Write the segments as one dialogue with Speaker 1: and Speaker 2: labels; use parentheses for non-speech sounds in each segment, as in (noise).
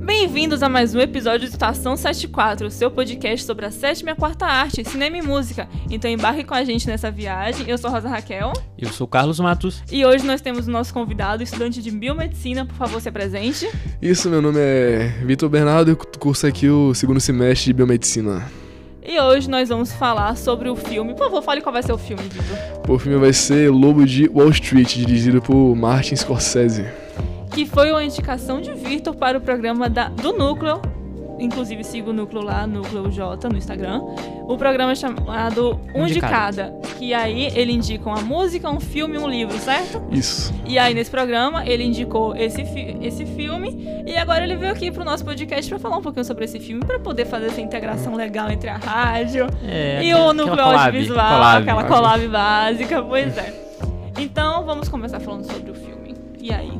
Speaker 1: Bem-vindos a mais um episódio do Estação 74, o seu podcast sobre a sétima e a quarta arte, cinema e música. Então embarque com a gente nessa viagem. Eu sou Rosa Raquel
Speaker 2: Eu sou Carlos Matos.
Speaker 1: e hoje nós temos o nosso convidado, estudante de biomedicina. Por favor, se apresente.
Speaker 3: Isso, meu nome é Vitor Bernardo, eu curso aqui o segundo semestre de Biomedicina.
Speaker 1: E hoje nós vamos falar sobre o filme. Por favor, fale qual vai ser o filme, Vitor.
Speaker 3: O filme vai ser Lobo de Wall Street, dirigido por Martin Scorsese.
Speaker 1: que foi uma indicação de Vitor para o programa da- do Núcleo. Inclusive, siga o Núcleo lá, Núcleo J, no Instagram. O programa é chamado Um de
Speaker 2: Indicado.
Speaker 1: Cada, que aí ele indica uma música, um filme e um livro, certo?
Speaker 3: Isso.
Speaker 1: E aí, nesse programa, ele indicou esse, fi- esse filme e agora ele veio aqui pro nosso podcast para falar um pouquinho sobre esse filme, para poder fazer essa integração legal entre a rádio
Speaker 2: É,
Speaker 1: e
Speaker 2: aquela-
Speaker 1: o núcleo
Speaker 2: aquela collab,
Speaker 1: audiovisual,
Speaker 2: collab.
Speaker 1: aquela
Speaker 3: né?
Speaker 1: collab básica, pois é. Então, vamos começar falando sobre o filme. E aí?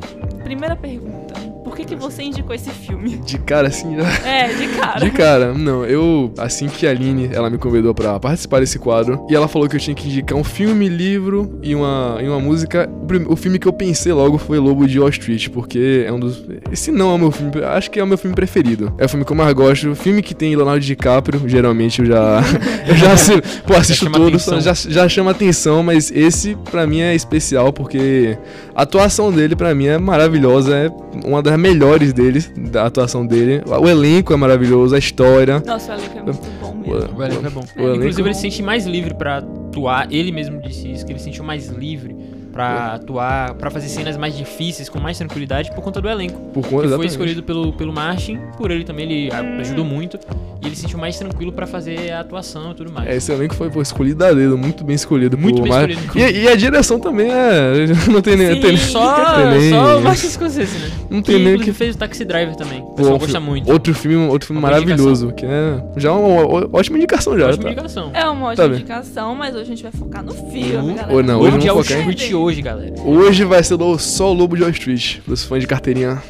Speaker 1: Primeira pergunta. Por que, que você indicou esse filme? (laughs)
Speaker 3: De cara, assim, já.
Speaker 1: É, de cara.
Speaker 3: De cara, não, eu, assim que a Aline, ela me convidou pra participar desse quadro, e ela falou que eu tinha que indicar um filme, livro e uma, e uma música, o, prim- o filme que eu pensei logo foi Lobo de Wall Street, porque é um dos... Esse não é o meu filme, pre- acho que é o meu filme preferido. É o filme que eu mais gosto, filme que tem Leonardo DiCaprio, geralmente eu já... (laughs) eu já assi- pô, assisto
Speaker 2: chama
Speaker 3: todos,
Speaker 2: atenção.
Speaker 3: já, já chama atenção, mas esse pra mim é especial, porque a atuação dele pra mim é maravilhosa, é uma das melhores deles, da atuação dele. O elenco é maravilhoso, a história.
Speaker 1: Nossa, o elenco é muito bom mesmo.
Speaker 2: O elenco é bom.
Speaker 3: O elenco-
Speaker 2: Inclusive, ele se sente mais livre pra atuar. Ele mesmo disse isso, que ele se sentiu mais livre
Speaker 3: É.
Speaker 2: pra atuar, pra fazer cenas mais difíceis, com mais tranquilidade, por conta do elenco.
Speaker 3: Por conta
Speaker 2: Que foi
Speaker 3: exatamente.
Speaker 2: escolhido pelo, pelo Martin, por ele também, ele a-
Speaker 1: Hum.
Speaker 2: ajudou muito. E ele se sentiu mais tranquilo pra fazer a atuação e tudo mais.
Speaker 3: É, esse elenco foi pô, escolhido a dedo, muito bem escolhido.
Speaker 2: Muito
Speaker 3: pô,
Speaker 2: bem
Speaker 3: mas-
Speaker 2: escolhido,
Speaker 3: E, e a direção também é. (laughs) Não tem nem.
Speaker 1: Sim.
Speaker 3: tem-
Speaker 2: Só,
Speaker 3: tem nem-
Speaker 2: só o Martin Scorsese, né?
Speaker 3: Não
Speaker 2: Que
Speaker 3: tem nem o
Speaker 2: inclusive
Speaker 3: que.
Speaker 2: fez o Taxi Driver também. O
Speaker 3: pô,
Speaker 2: pessoal
Speaker 3: um
Speaker 2: gosta
Speaker 3: fi-
Speaker 2: muito.
Speaker 3: Outro filme, um outro filme
Speaker 2: Uma boa
Speaker 3: maravilhoso, que é. Já é uma ó- ótima indicação, já.
Speaker 2: Ótima
Speaker 3: tá?
Speaker 2: indicação.
Speaker 1: É uma ótima
Speaker 3: Tá bem.
Speaker 1: indicação, mas hoje a gente vai focar no filme,
Speaker 2: Ou-
Speaker 1: galera.
Speaker 3: ou não, hoje
Speaker 2: Onde é o
Speaker 3: vamos focar em-
Speaker 2: Street hoje, galera?
Speaker 3: Hoje vai ser lo- só o Lobo de Wall Street, pros fãs de carteirinha.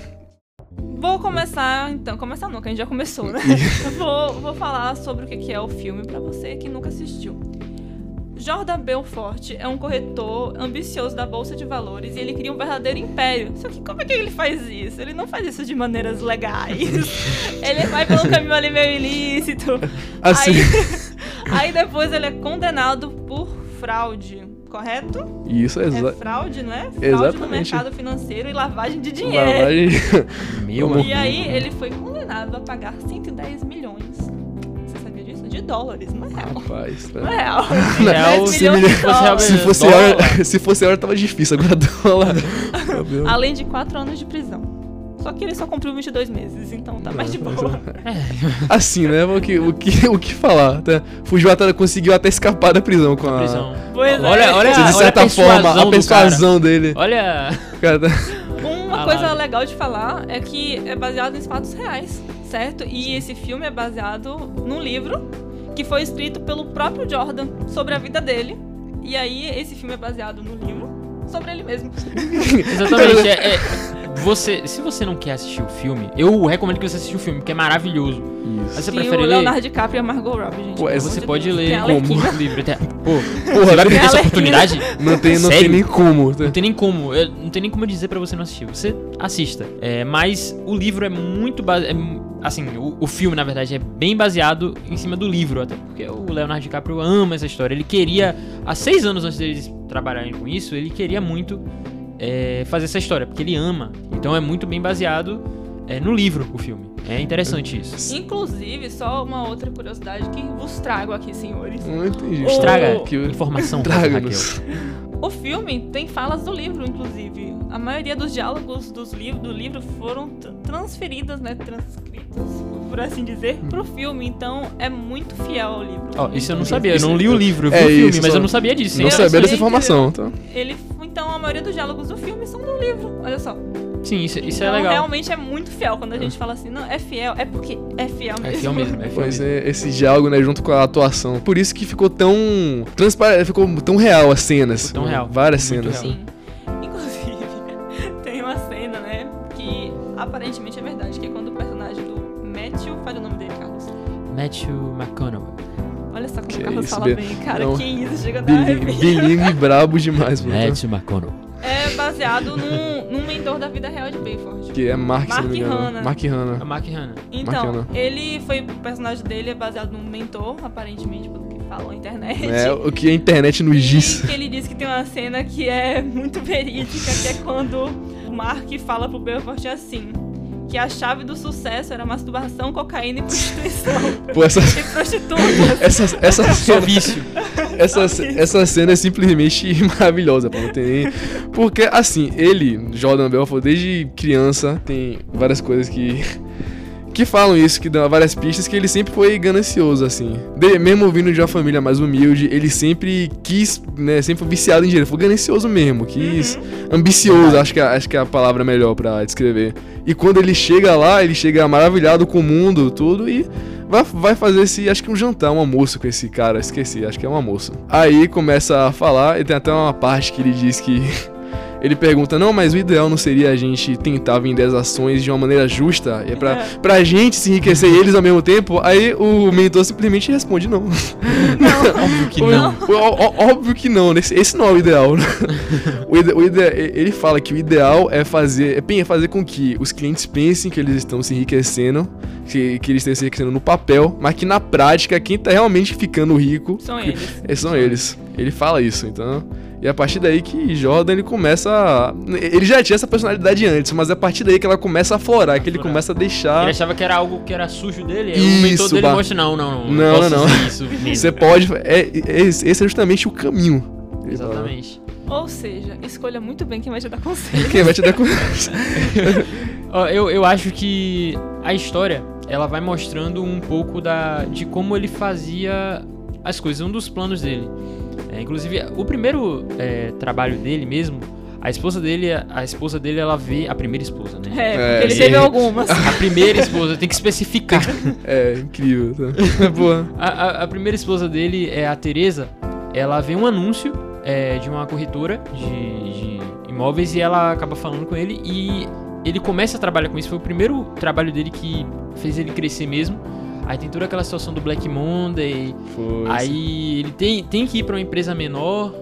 Speaker 1: Vou começar, então. Começar não, que a gente já começou,
Speaker 3: (laughs)
Speaker 1: né? vou, vou falar sobre o que que é o filme pra você que nunca assistiu. Jordan Belfort é um corretor ambicioso da Bolsa de Valores e ele cria um verdadeiro império. Só que como é que ele faz isso? Ele não faz isso de maneiras
Speaker 3: (laughs)
Speaker 1: legais. ele vai pelo caminho ali meio ilícito.
Speaker 3: Assim.
Speaker 1: Aí, (laughs) aí depois ele é condenado por fraude, correto?
Speaker 3: (laughs) Isso é
Speaker 1: É
Speaker 3: exa...
Speaker 1: fraude, não é? Fraude no
Speaker 3: Exatamente.
Speaker 1: mercado financeiro e lavagem de dinheiro.
Speaker 3: lavagem.
Speaker 2: Meu
Speaker 3: (laughs) Vamos-
Speaker 1: E aí ele foi condenado a pagar 110 milhões. Você sabia disso? De dólares, não é real.
Speaker 3: Rapaz,
Speaker 1: Não
Speaker 3: tá.
Speaker 1: é
Speaker 2: (laughs)
Speaker 1: real.
Speaker 2: Real,
Speaker 1: 10
Speaker 2: se
Speaker 1: milhões
Speaker 2: milhão-
Speaker 1: de
Speaker 2: fosse é real,
Speaker 1: dólares.
Speaker 3: Se fosse
Speaker 2: Dólar.
Speaker 3: hora, (laughs) se fosse hora, tava difícil. Agora (laughs) dólar. Meu Deus.
Speaker 1: Além de 4 anos de prisão. Só que ele só cumpriu 22 meses, então tá mais de boa.
Speaker 2: é.
Speaker 3: Assim, né? O que, o que, o que falar? Tá? Fugiu até, conseguiu até escapar da prisão com a.
Speaker 2: prisão.
Speaker 1: Pois é.
Speaker 2: Olha- olha-
Speaker 3: Quer dizer, de certa
Speaker 2: a persuasão
Speaker 3: forma,
Speaker 2: do
Speaker 3: a persuasão dele.
Speaker 2: Olha,
Speaker 3: Cara, tá-
Speaker 1: Uma
Speaker 2: Ah,
Speaker 1: coisa
Speaker 2: lá.
Speaker 1: legal de falar é que é baseado em fatos reais, certo? E esse filme é baseado num livro que foi escrito pelo próprio Jordan sobre a vida dele. E aí esse filme é baseado no livro sobre ele mesmo.
Speaker 2: exatamente. é- é- você, se você não quer assistir o filme, eu recomendo que você assista o filme, que é maravilhoso. Mas você
Speaker 1: Sim,
Speaker 2: prefere
Speaker 1: o
Speaker 2: ler?
Speaker 1: Leonardo DiCaprio e a Margot Robbie, gente.
Speaker 3: Pô,
Speaker 1: Pelo
Speaker 3: é,
Speaker 1: amor
Speaker 2: Você
Speaker 1: de
Speaker 2: pode
Speaker 1: Deus. Tem
Speaker 2: ler
Speaker 1: a
Speaker 2: como
Speaker 1: Arlequina.
Speaker 2: o livro. até- (laughs) Pô,
Speaker 3: Porra,
Speaker 2: você vai
Speaker 3: não,
Speaker 2: perder essa
Speaker 1: Arlequina.
Speaker 2: oportunidade?
Speaker 3: não tem, não tem
Speaker 2: Sério?
Speaker 3: nem como. tá?
Speaker 2: Não tem nem como, eu- não tem nem como eu dizer pra você não assistir. Você assista. É, mas o livro é muito baseado. assim, o, o filme, na verdade, é bem baseado em cima do livro, até porque o Leonardo DiCaprio ama essa história. Ele queria, há seis anos antes deles trabalharem com isso, ele queria muito é, fazer essa história, porque ele ama. Então é muito bem baseado é, no livro o filme. É interessante isso.
Speaker 1: Inclusive, só uma outra curiosidade que vos trago aqui, senhores.
Speaker 2: Hum.
Speaker 3: Não entendi.
Speaker 2: Estraga
Speaker 3: Oh, Que-
Speaker 2: informação, Raquel.
Speaker 3: Traga-nos.
Speaker 1: O filme tem falas do livro, inclusive. A maioria dos diálogos dos liv- do livro foram tr- transferidas, né, transcritas, por assim dizer, pro filme. Então, é muito fiel ao livro.
Speaker 2: Hum. Ó, isso é eu não sabia, eu não li o livro, eu vi
Speaker 3: (laughs) É
Speaker 2: o filme,
Speaker 3: isso,
Speaker 2: mas
Speaker 3: só-
Speaker 2: eu não sabia disso.
Speaker 3: Não
Speaker 2: hein?
Speaker 3: sabia
Speaker 1: achei
Speaker 3: dessa informação. Tá?
Speaker 2: um
Speaker 1: Ele, então, a maioria dos diálogos do filme são do livro. Olha só.
Speaker 2: Sim, isso, isso é
Speaker 1: então,
Speaker 2: legal. Hum.
Speaker 1: realmente é muito fiel. Quando a gente fala assim, não, é fiel, é porque é fiel mesmo.
Speaker 2: É fiel mesmo, é fiel
Speaker 3: Pois
Speaker 2: mesmo.
Speaker 3: é, esse diálogo, né, junto com a atuação. Por isso que ficou tão transparente, ficou tão real as cenas.
Speaker 2: Ficou tão real.
Speaker 3: Várias
Speaker 2: Muito
Speaker 3: cenas.
Speaker 2: real.
Speaker 1: Sim. Inclusive, (laughs) tem uma cena, né? Que aparentemente é verdade, que é quando o personagem do Matthew. Faz o nome dele, Carlos.
Speaker 2: Matthew McConaughey.
Speaker 1: Olha só como
Speaker 3: Que
Speaker 1: o Carlos
Speaker 3: isso,
Speaker 1: fala
Speaker 3: Bia?
Speaker 1: bem, cara.
Speaker 3: Não.
Speaker 1: Que isso, chega a dar
Speaker 3: Bilingue,
Speaker 1: arrepio.
Speaker 3: bilingue brabo demais, mano. tá?
Speaker 2: McConaughey.
Speaker 1: (laughs) é baseado num, num mentor da vida real de Bayford.
Speaker 3: Que é Mark, se não
Speaker 1: Mark
Speaker 3: me engano.
Speaker 1: Hanna.
Speaker 3: Mark Hanna.
Speaker 2: A Mark Hanna.
Speaker 1: Então,
Speaker 3: Bacana.
Speaker 1: ele foi. O personagem dele é baseado num mentor, aparentemente, pelo que falou na internet.
Speaker 3: É, o que a internet nos diz.
Speaker 1: E que ele disse que tem uma cena que é muito verídica, que é quando o Mark fala pro Belfort assim. Que a chave do sucesso era masturbação, cocaína e prostituição.
Speaker 3: Pô, essa,
Speaker 1: e prostituta.
Speaker 3: (laughs) essa, essa
Speaker 2: Só
Speaker 3: cena.
Speaker 2: vício.
Speaker 3: Essa, essa cena é simplesmente (laughs) maravilhosa, pô, não tem nem... Porque, assim, ele, Jordan Belfort, desde criança, tem várias coisas que... Que falam isso, que dão várias pistas, que ele sempre foi ganancioso, assim. De- mesmo vindo de uma família mais humilde, ele sempre quis, né, sempre foi viciado em dinheiro. Foi ganancioso mesmo, quis... Ambicioso, acho que, é- acho que é a palavra melhor pra descrever. E quando ele chega lá, ele chega maravilhado com o mundo, tudo, e Vai, vai fazer esse, acho que um jantar, um almoço com esse cara, esqueci, acho que é um almoço. Aí começa a falar, e tem até uma parte que ele diz que. (laughs) Ele pergunta, não, mas o ideal não seria a gente tentar vender as ações de uma maneira justa? É pra,
Speaker 1: É.
Speaker 3: pra gente se enriquecer e eles ao mesmo tempo? Aí o mentor simplesmente responde não.
Speaker 2: Óbvio que não.
Speaker 3: Ó- ó- óbvio que não, né? esse, esse não é o
Speaker 2: (laughs)
Speaker 3: ideal. né? o ide, o ide- ele fala que o ideal é fazer, é pen- é fazer com que os clientes pensem que eles estão se enriquecendo, que, que eles estão se enriquecendo no papel, mas que na prática quem tá realmente ficando rico
Speaker 1: São eles.
Speaker 3: é- são eles. Ele fala isso, então. E a partir daí que Jordan ele começa. a- Ele já tinha essa personalidade antes, mas é a partir daí que ela começa a florar, que ele
Speaker 2: Florar.
Speaker 3: começa a deixar.
Speaker 2: Ele achava que era algo que era sujo dele. aí
Speaker 3: Isso,
Speaker 2: o mentor dele
Speaker 3: bah.
Speaker 2: mostra, não, não, não.
Speaker 3: Não,
Speaker 2: posso
Speaker 3: não, não.
Speaker 2: fazer
Speaker 3: (laughs)
Speaker 2: Isso mesmo.
Speaker 3: Você pode. é- é- esse é justamente o caminho. Ele fala.
Speaker 2: Exatamente.
Speaker 1: Ou seja, escolha muito bem quem vai te dar
Speaker 3: (laughs)
Speaker 1: conselho.
Speaker 3: Quem vai te dar com...
Speaker 2: Ó, Eu, eu acho que a história, ela vai mostrando um pouco da, de como ele fazia as coisas, um dos planos dele. É, inclusive, o primeiro é, trabalho dele mesmo, a esposa dele, a esposa dele, ela vê a primeira esposa,
Speaker 1: É,
Speaker 2: né?
Speaker 1: porque ele
Speaker 2: e- Ah,
Speaker 1: teve algumas.
Speaker 2: A primeira esposa, tem que especificar.
Speaker 3: É, incrível. Tá? Boa.
Speaker 2: A, a- a primeira esposa dele é a Teresa. Ela vê um anúncio é, de uma corretora de, de imóveis e ela acaba falando com ele e ele começa a trabalhar com isso. Foi o primeiro trabalho dele que fez ele crescer mesmo. Aí tem toda aquela situação do Black Monday.
Speaker 3: Foi.
Speaker 2: Aí ele tem, tem que ir pra uma empresa menor.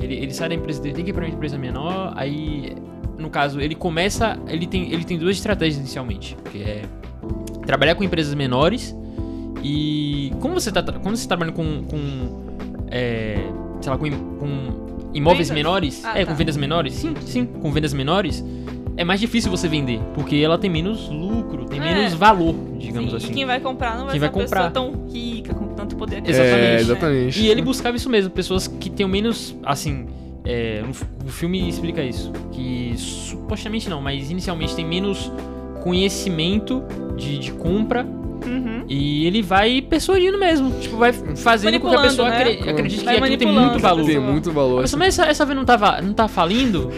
Speaker 2: Ele, ele sai da empresa dele, tem que ir pra uma empresa menor. Aí, no caso, ele começa. Ele tem, ele tem duas estratégias inicialmente. Que é trabalhar com empresas menores. E como você tá, tra- quando você tá trabalhando com. com é, sei lá, com, im- com imóveis
Speaker 1: Vendas?
Speaker 2: menores.
Speaker 1: Ah,
Speaker 2: é,
Speaker 1: tá.
Speaker 2: com vendas menores? Sim, sim, com vendas menores. É mais difícil você vender, porque ela tem menos lucro, tem
Speaker 1: É.
Speaker 2: menos valor, digamos
Speaker 1: Sim,
Speaker 2: assim.
Speaker 1: E quem vai comprar não vai ser
Speaker 2: Quem vai
Speaker 1: uma pessoa
Speaker 2: comprar.
Speaker 1: tão rica, com tanto poder
Speaker 3: É,
Speaker 2: Exatamente.
Speaker 3: exatamente.
Speaker 2: E ele buscava isso mesmo, pessoas que tenham menos, assim, é, no f- o filme explica isso, que supostamente não, mas inicialmente tem menos conhecimento de, de compra
Speaker 1: Uhum.
Speaker 2: e ele vai persuadindo mesmo, tipo, vai fazendo com que a
Speaker 1: Manipulando,
Speaker 2: pessoa
Speaker 1: né?
Speaker 2: acre- acredite que
Speaker 1: Vai
Speaker 2: aquilo tem
Speaker 1: manipulando
Speaker 2: muito
Speaker 1: a
Speaker 2: valor.
Speaker 3: Tem
Speaker 1: pessoa.
Speaker 3: muito valor.
Speaker 2: Mas, mas essa, essa vez não, tava, não tá falindo?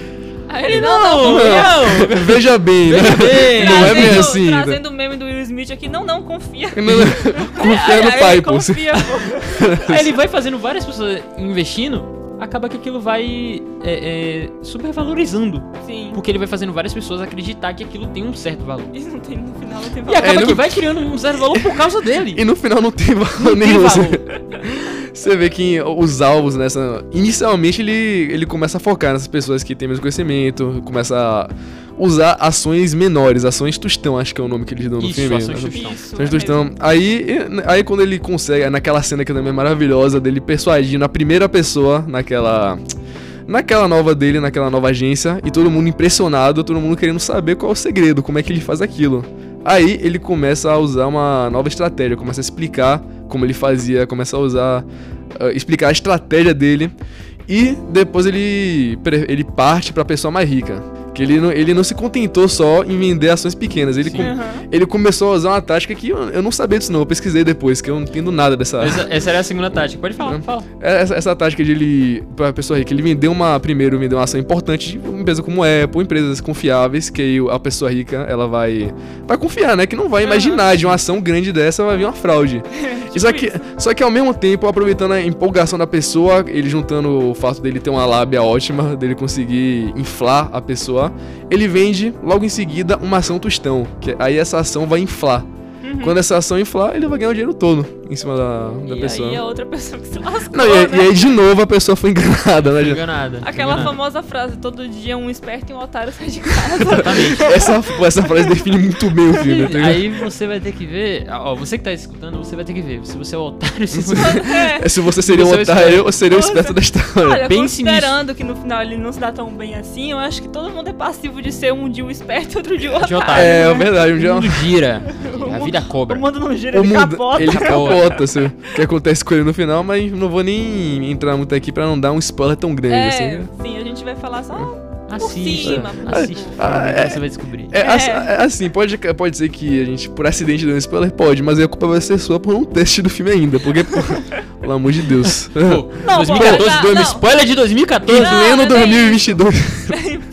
Speaker 1: Aí ele não, não,
Speaker 2: não,
Speaker 1: confia.
Speaker 3: Veja bem, né? Não é bem
Speaker 1: Trazendo-
Speaker 3: assim. né?
Speaker 1: Trazendo o meme do Will Smith aqui, não, não, confia.
Speaker 3: (laughs) Não, não. Confia é no
Speaker 1: Aí
Speaker 3: pai,
Speaker 1: ele
Speaker 3: pô.
Speaker 2: assim?
Speaker 1: confia, pô.
Speaker 2: Aí ele vai fazendo várias pessoas investindo, acaba que aquilo vai é, é, supervalorizando,
Speaker 1: Sim.
Speaker 2: porque ele vai fazendo várias pessoas acreditar que aquilo tem um certo valor.
Speaker 1: Isso não tem, no final não tem
Speaker 2: E
Speaker 1: valor.
Speaker 2: acaba
Speaker 3: É,
Speaker 2: que
Speaker 3: não-
Speaker 2: vai criando um certo valor por causa dele.
Speaker 3: (laughs) E no final não tem valor
Speaker 2: Não tem
Speaker 3: nenhum. assim.
Speaker 2: valor.
Speaker 3: Você vê que os alvos nessa. Inicialmente ele, ele começa a focar nessas pessoas que têm menos conhecimento, começa a usar ações menores, ações tostão, acho que é o nome que eles dão no
Speaker 2: Isso,
Speaker 3: filme.
Speaker 2: ações
Speaker 3: né?
Speaker 2: tostão.
Speaker 1: Isso,
Speaker 3: Santos
Speaker 1: é mesmo.
Speaker 3: Tostão. Aí, aí quando ele consegue, naquela cena que também é maravilhosa, dele persuadindo a primeira pessoa naquela. Naquela nova dele, naquela nova agência, e todo mundo impressionado, todo mundo querendo saber qual é o segredo, como é que ele faz aquilo. Aí ele começa a usar uma nova estratégia, começa a explicar como ele fazia, começa a usar. ah, explicar a estratégia dele. E depois ele, pre- ele parte pra pessoa mais rica. Que ele não, ele não se contentou só em vender ações pequenas, ele,
Speaker 2: Sim.
Speaker 3: com-
Speaker 1: Aham.
Speaker 3: ele começou a usar uma tática que eu, eu não sabia disso, não. Eu pesquisei depois, que eu não entendo nada dessa.
Speaker 2: Essa, essa era a segunda tática. Pode falar,
Speaker 3: Tá. Não.
Speaker 2: fala.
Speaker 3: É, Essa, essa tática de ele. Pra pessoa rica, ele vendeu uma. Primeiro, vendeu uma ação importante de uma empresa como Apple, empresas confiáveis, que aí a pessoa rica, ela vai. Vai confiar, né? Que não vai
Speaker 1: Aham.
Speaker 3: imaginar de uma ação grande dessa vai vir uma fraude. Só que, só que ao mesmo tempo, aproveitando a empolgação da pessoa, ele juntando o fato dele ter uma lábia ótima, dele conseguir inflar a pessoa, ele vende logo em seguida uma ação tostão. Que aí essa ação vai inflar. Quando essa ação inflar, ele vai ganhar o dinheiro todo em cima da, da
Speaker 2: E
Speaker 3: pessoa.
Speaker 1: E é a outra pessoa que se lascou,
Speaker 3: Não, e, aí-
Speaker 1: né?
Speaker 3: e aí de novo a pessoa foi enganada, né?
Speaker 2: Não
Speaker 3: gente?
Speaker 2: ganhou nada. não
Speaker 1: Aquela
Speaker 2: ganhou nada.
Speaker 1: famosa frase, todo dia um esperto e um otário sai de casa.
Speaker 3: Essa, essa frase define muito bem o filme. Tá ligado?
Speaker 2: Aí você vai ter que ver. Ó, você que tá escutando, você vai ter que ver. Se você é o otário,
Speaker 3: (laughs)
Speaker 2: se você.
Speaker 1: É.
Speaker 3: (laughs) É se você seria um
Speaker 2: Você é o
Speaker 3: otário, eu seria o
Speaker 1: Nossa.
Speaker 3: esperto da história.
Speaker 1: Olha,
Speaker 2: Pense
Speaker 1: considerando que no final ele não se dá tão bem assim, eu acho que todo mundo é passivo de ser um dia um esperto e outro dia um otário.
Speaker 2: otário.
Speaker 3: É, é verdade, um
Speaker 2: O
Speaker 3: dia
Speaker 2: mundo gira. (laughs) A
Speaker 1: mundo-
Speaker 2: vida
Speaker 1: O
Speaker 2: cobra.
Speaker 1: mundo não gira,
Speaker 3: o
Speaker 1: ele
Speaker 3: mundo-
Speaker 1: capota.
Speaker 3: Ele
Speaker 2: Capota.
Speaker 3: capota, assim, o que acontece com ele no final, mas não vou nem entrar muito aqui pra não dar um spoiler tão grande,
Speaker 1: É,
Speaker 3: assim. né?
Speaker 1: sim, a gente vai falar só
Speaker 2: Assista.
Speaker 1: cima, por
Speaker 2: Assista.
Speaker 1: cima.
Speaker 2: pra
Speaker 3: Ah,
Speaker 2: ver
Speaker 3: é.
Speaker 2: que Você vai descobrir.
Speaker 3: É,
Speaker 1: É.
Speaker 3: ass- é, assim, pode, pode ser que a gente, por acidente, deu um spoiler? Pode, mas aí a culpa vai ser sua por não ter assistido o filme ainda, porque, pô, pelo amor de Deus. (laughs)
Speaker 2: Pô,
Speaker 1: Não,
Speaker 2: 2014,
Speaker 1: pô,
Speaker 2: deu
Speaker 1: não.
Speaker 2: spoiler de 2014.
Speaker 3: Em
Speaker 1: não,
Speaker 3: pleno
Speaker 1: não tem
Speaker 3: 2022.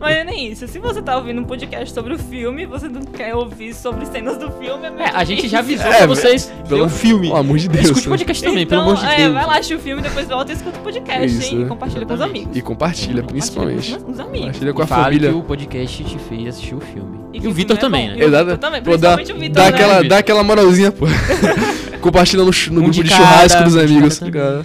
Speaker 1: Mas é nem isso. Se você tá ouvindo um podcast sobre o filme, você não quer ouvir sobre cenas do filme, é
Speaker 2: É, a gente já avisou
Speaker 3: É,
Speaker 2: pra vocês.
Speaker 3: pelo-
Speaker 2: Pelo um filme.
Speaker 3: pelo amor de Deus,
Speaker 2: Escute
Speaker 3: né?
Speaker 2: podcast também,
Speaker 1: então,
Speaker 2: pelo amor de
Speaker 1: é,
Speaker 2: Deus.
Speaker 1: vai lá, assiste o filme, depois volta e escuta o podcast,
Speaker 3: Isso,
Speaker 1: hein?
Speaker 3: é.
Speaker 1: E compartilha com os
Speaker 2: Exatamente.
Speaker 1: amigos.
Speaker 3: E compartilha, principalmente.
Speaker 1: Compartilha com os- os amigos.
Speaker 3: Compartilha com a
Speaker 2: E fale que
Speaker 3: família.
Speaker 2: o podcast te fez assistir o filme.
Speaker 1: E
Speaker 2: E,
Speaker 1: que
Speaker 2: o
Speaker 1: o
Speaker 2: Vitor
Speaker 1: filme é
Speaker 2: também,
Speaker 1: bom.
Speaker 2: né?
Speaker 1: Eu
Speaker 3: Exato.
Speaker 1: também,
Speaker 3: Pô, dá,
Speaker 1: principalmente o Vitor,
Speaker 3: dá,
Speaker 1: né?
Speaker 3: aquela, dá aquela moralzinha, pô. Compartilha no, chu- no
Speaker 2: Um
Speaker 3: grupo
Speaker 2: de
Speaker 3: de,
Speaker 2: cada,
Speaker 3: churrasco dos
Speaker 2: um de cada
Speaker 3: amigos.
Speaker 2: também.
Speaker 3: cara.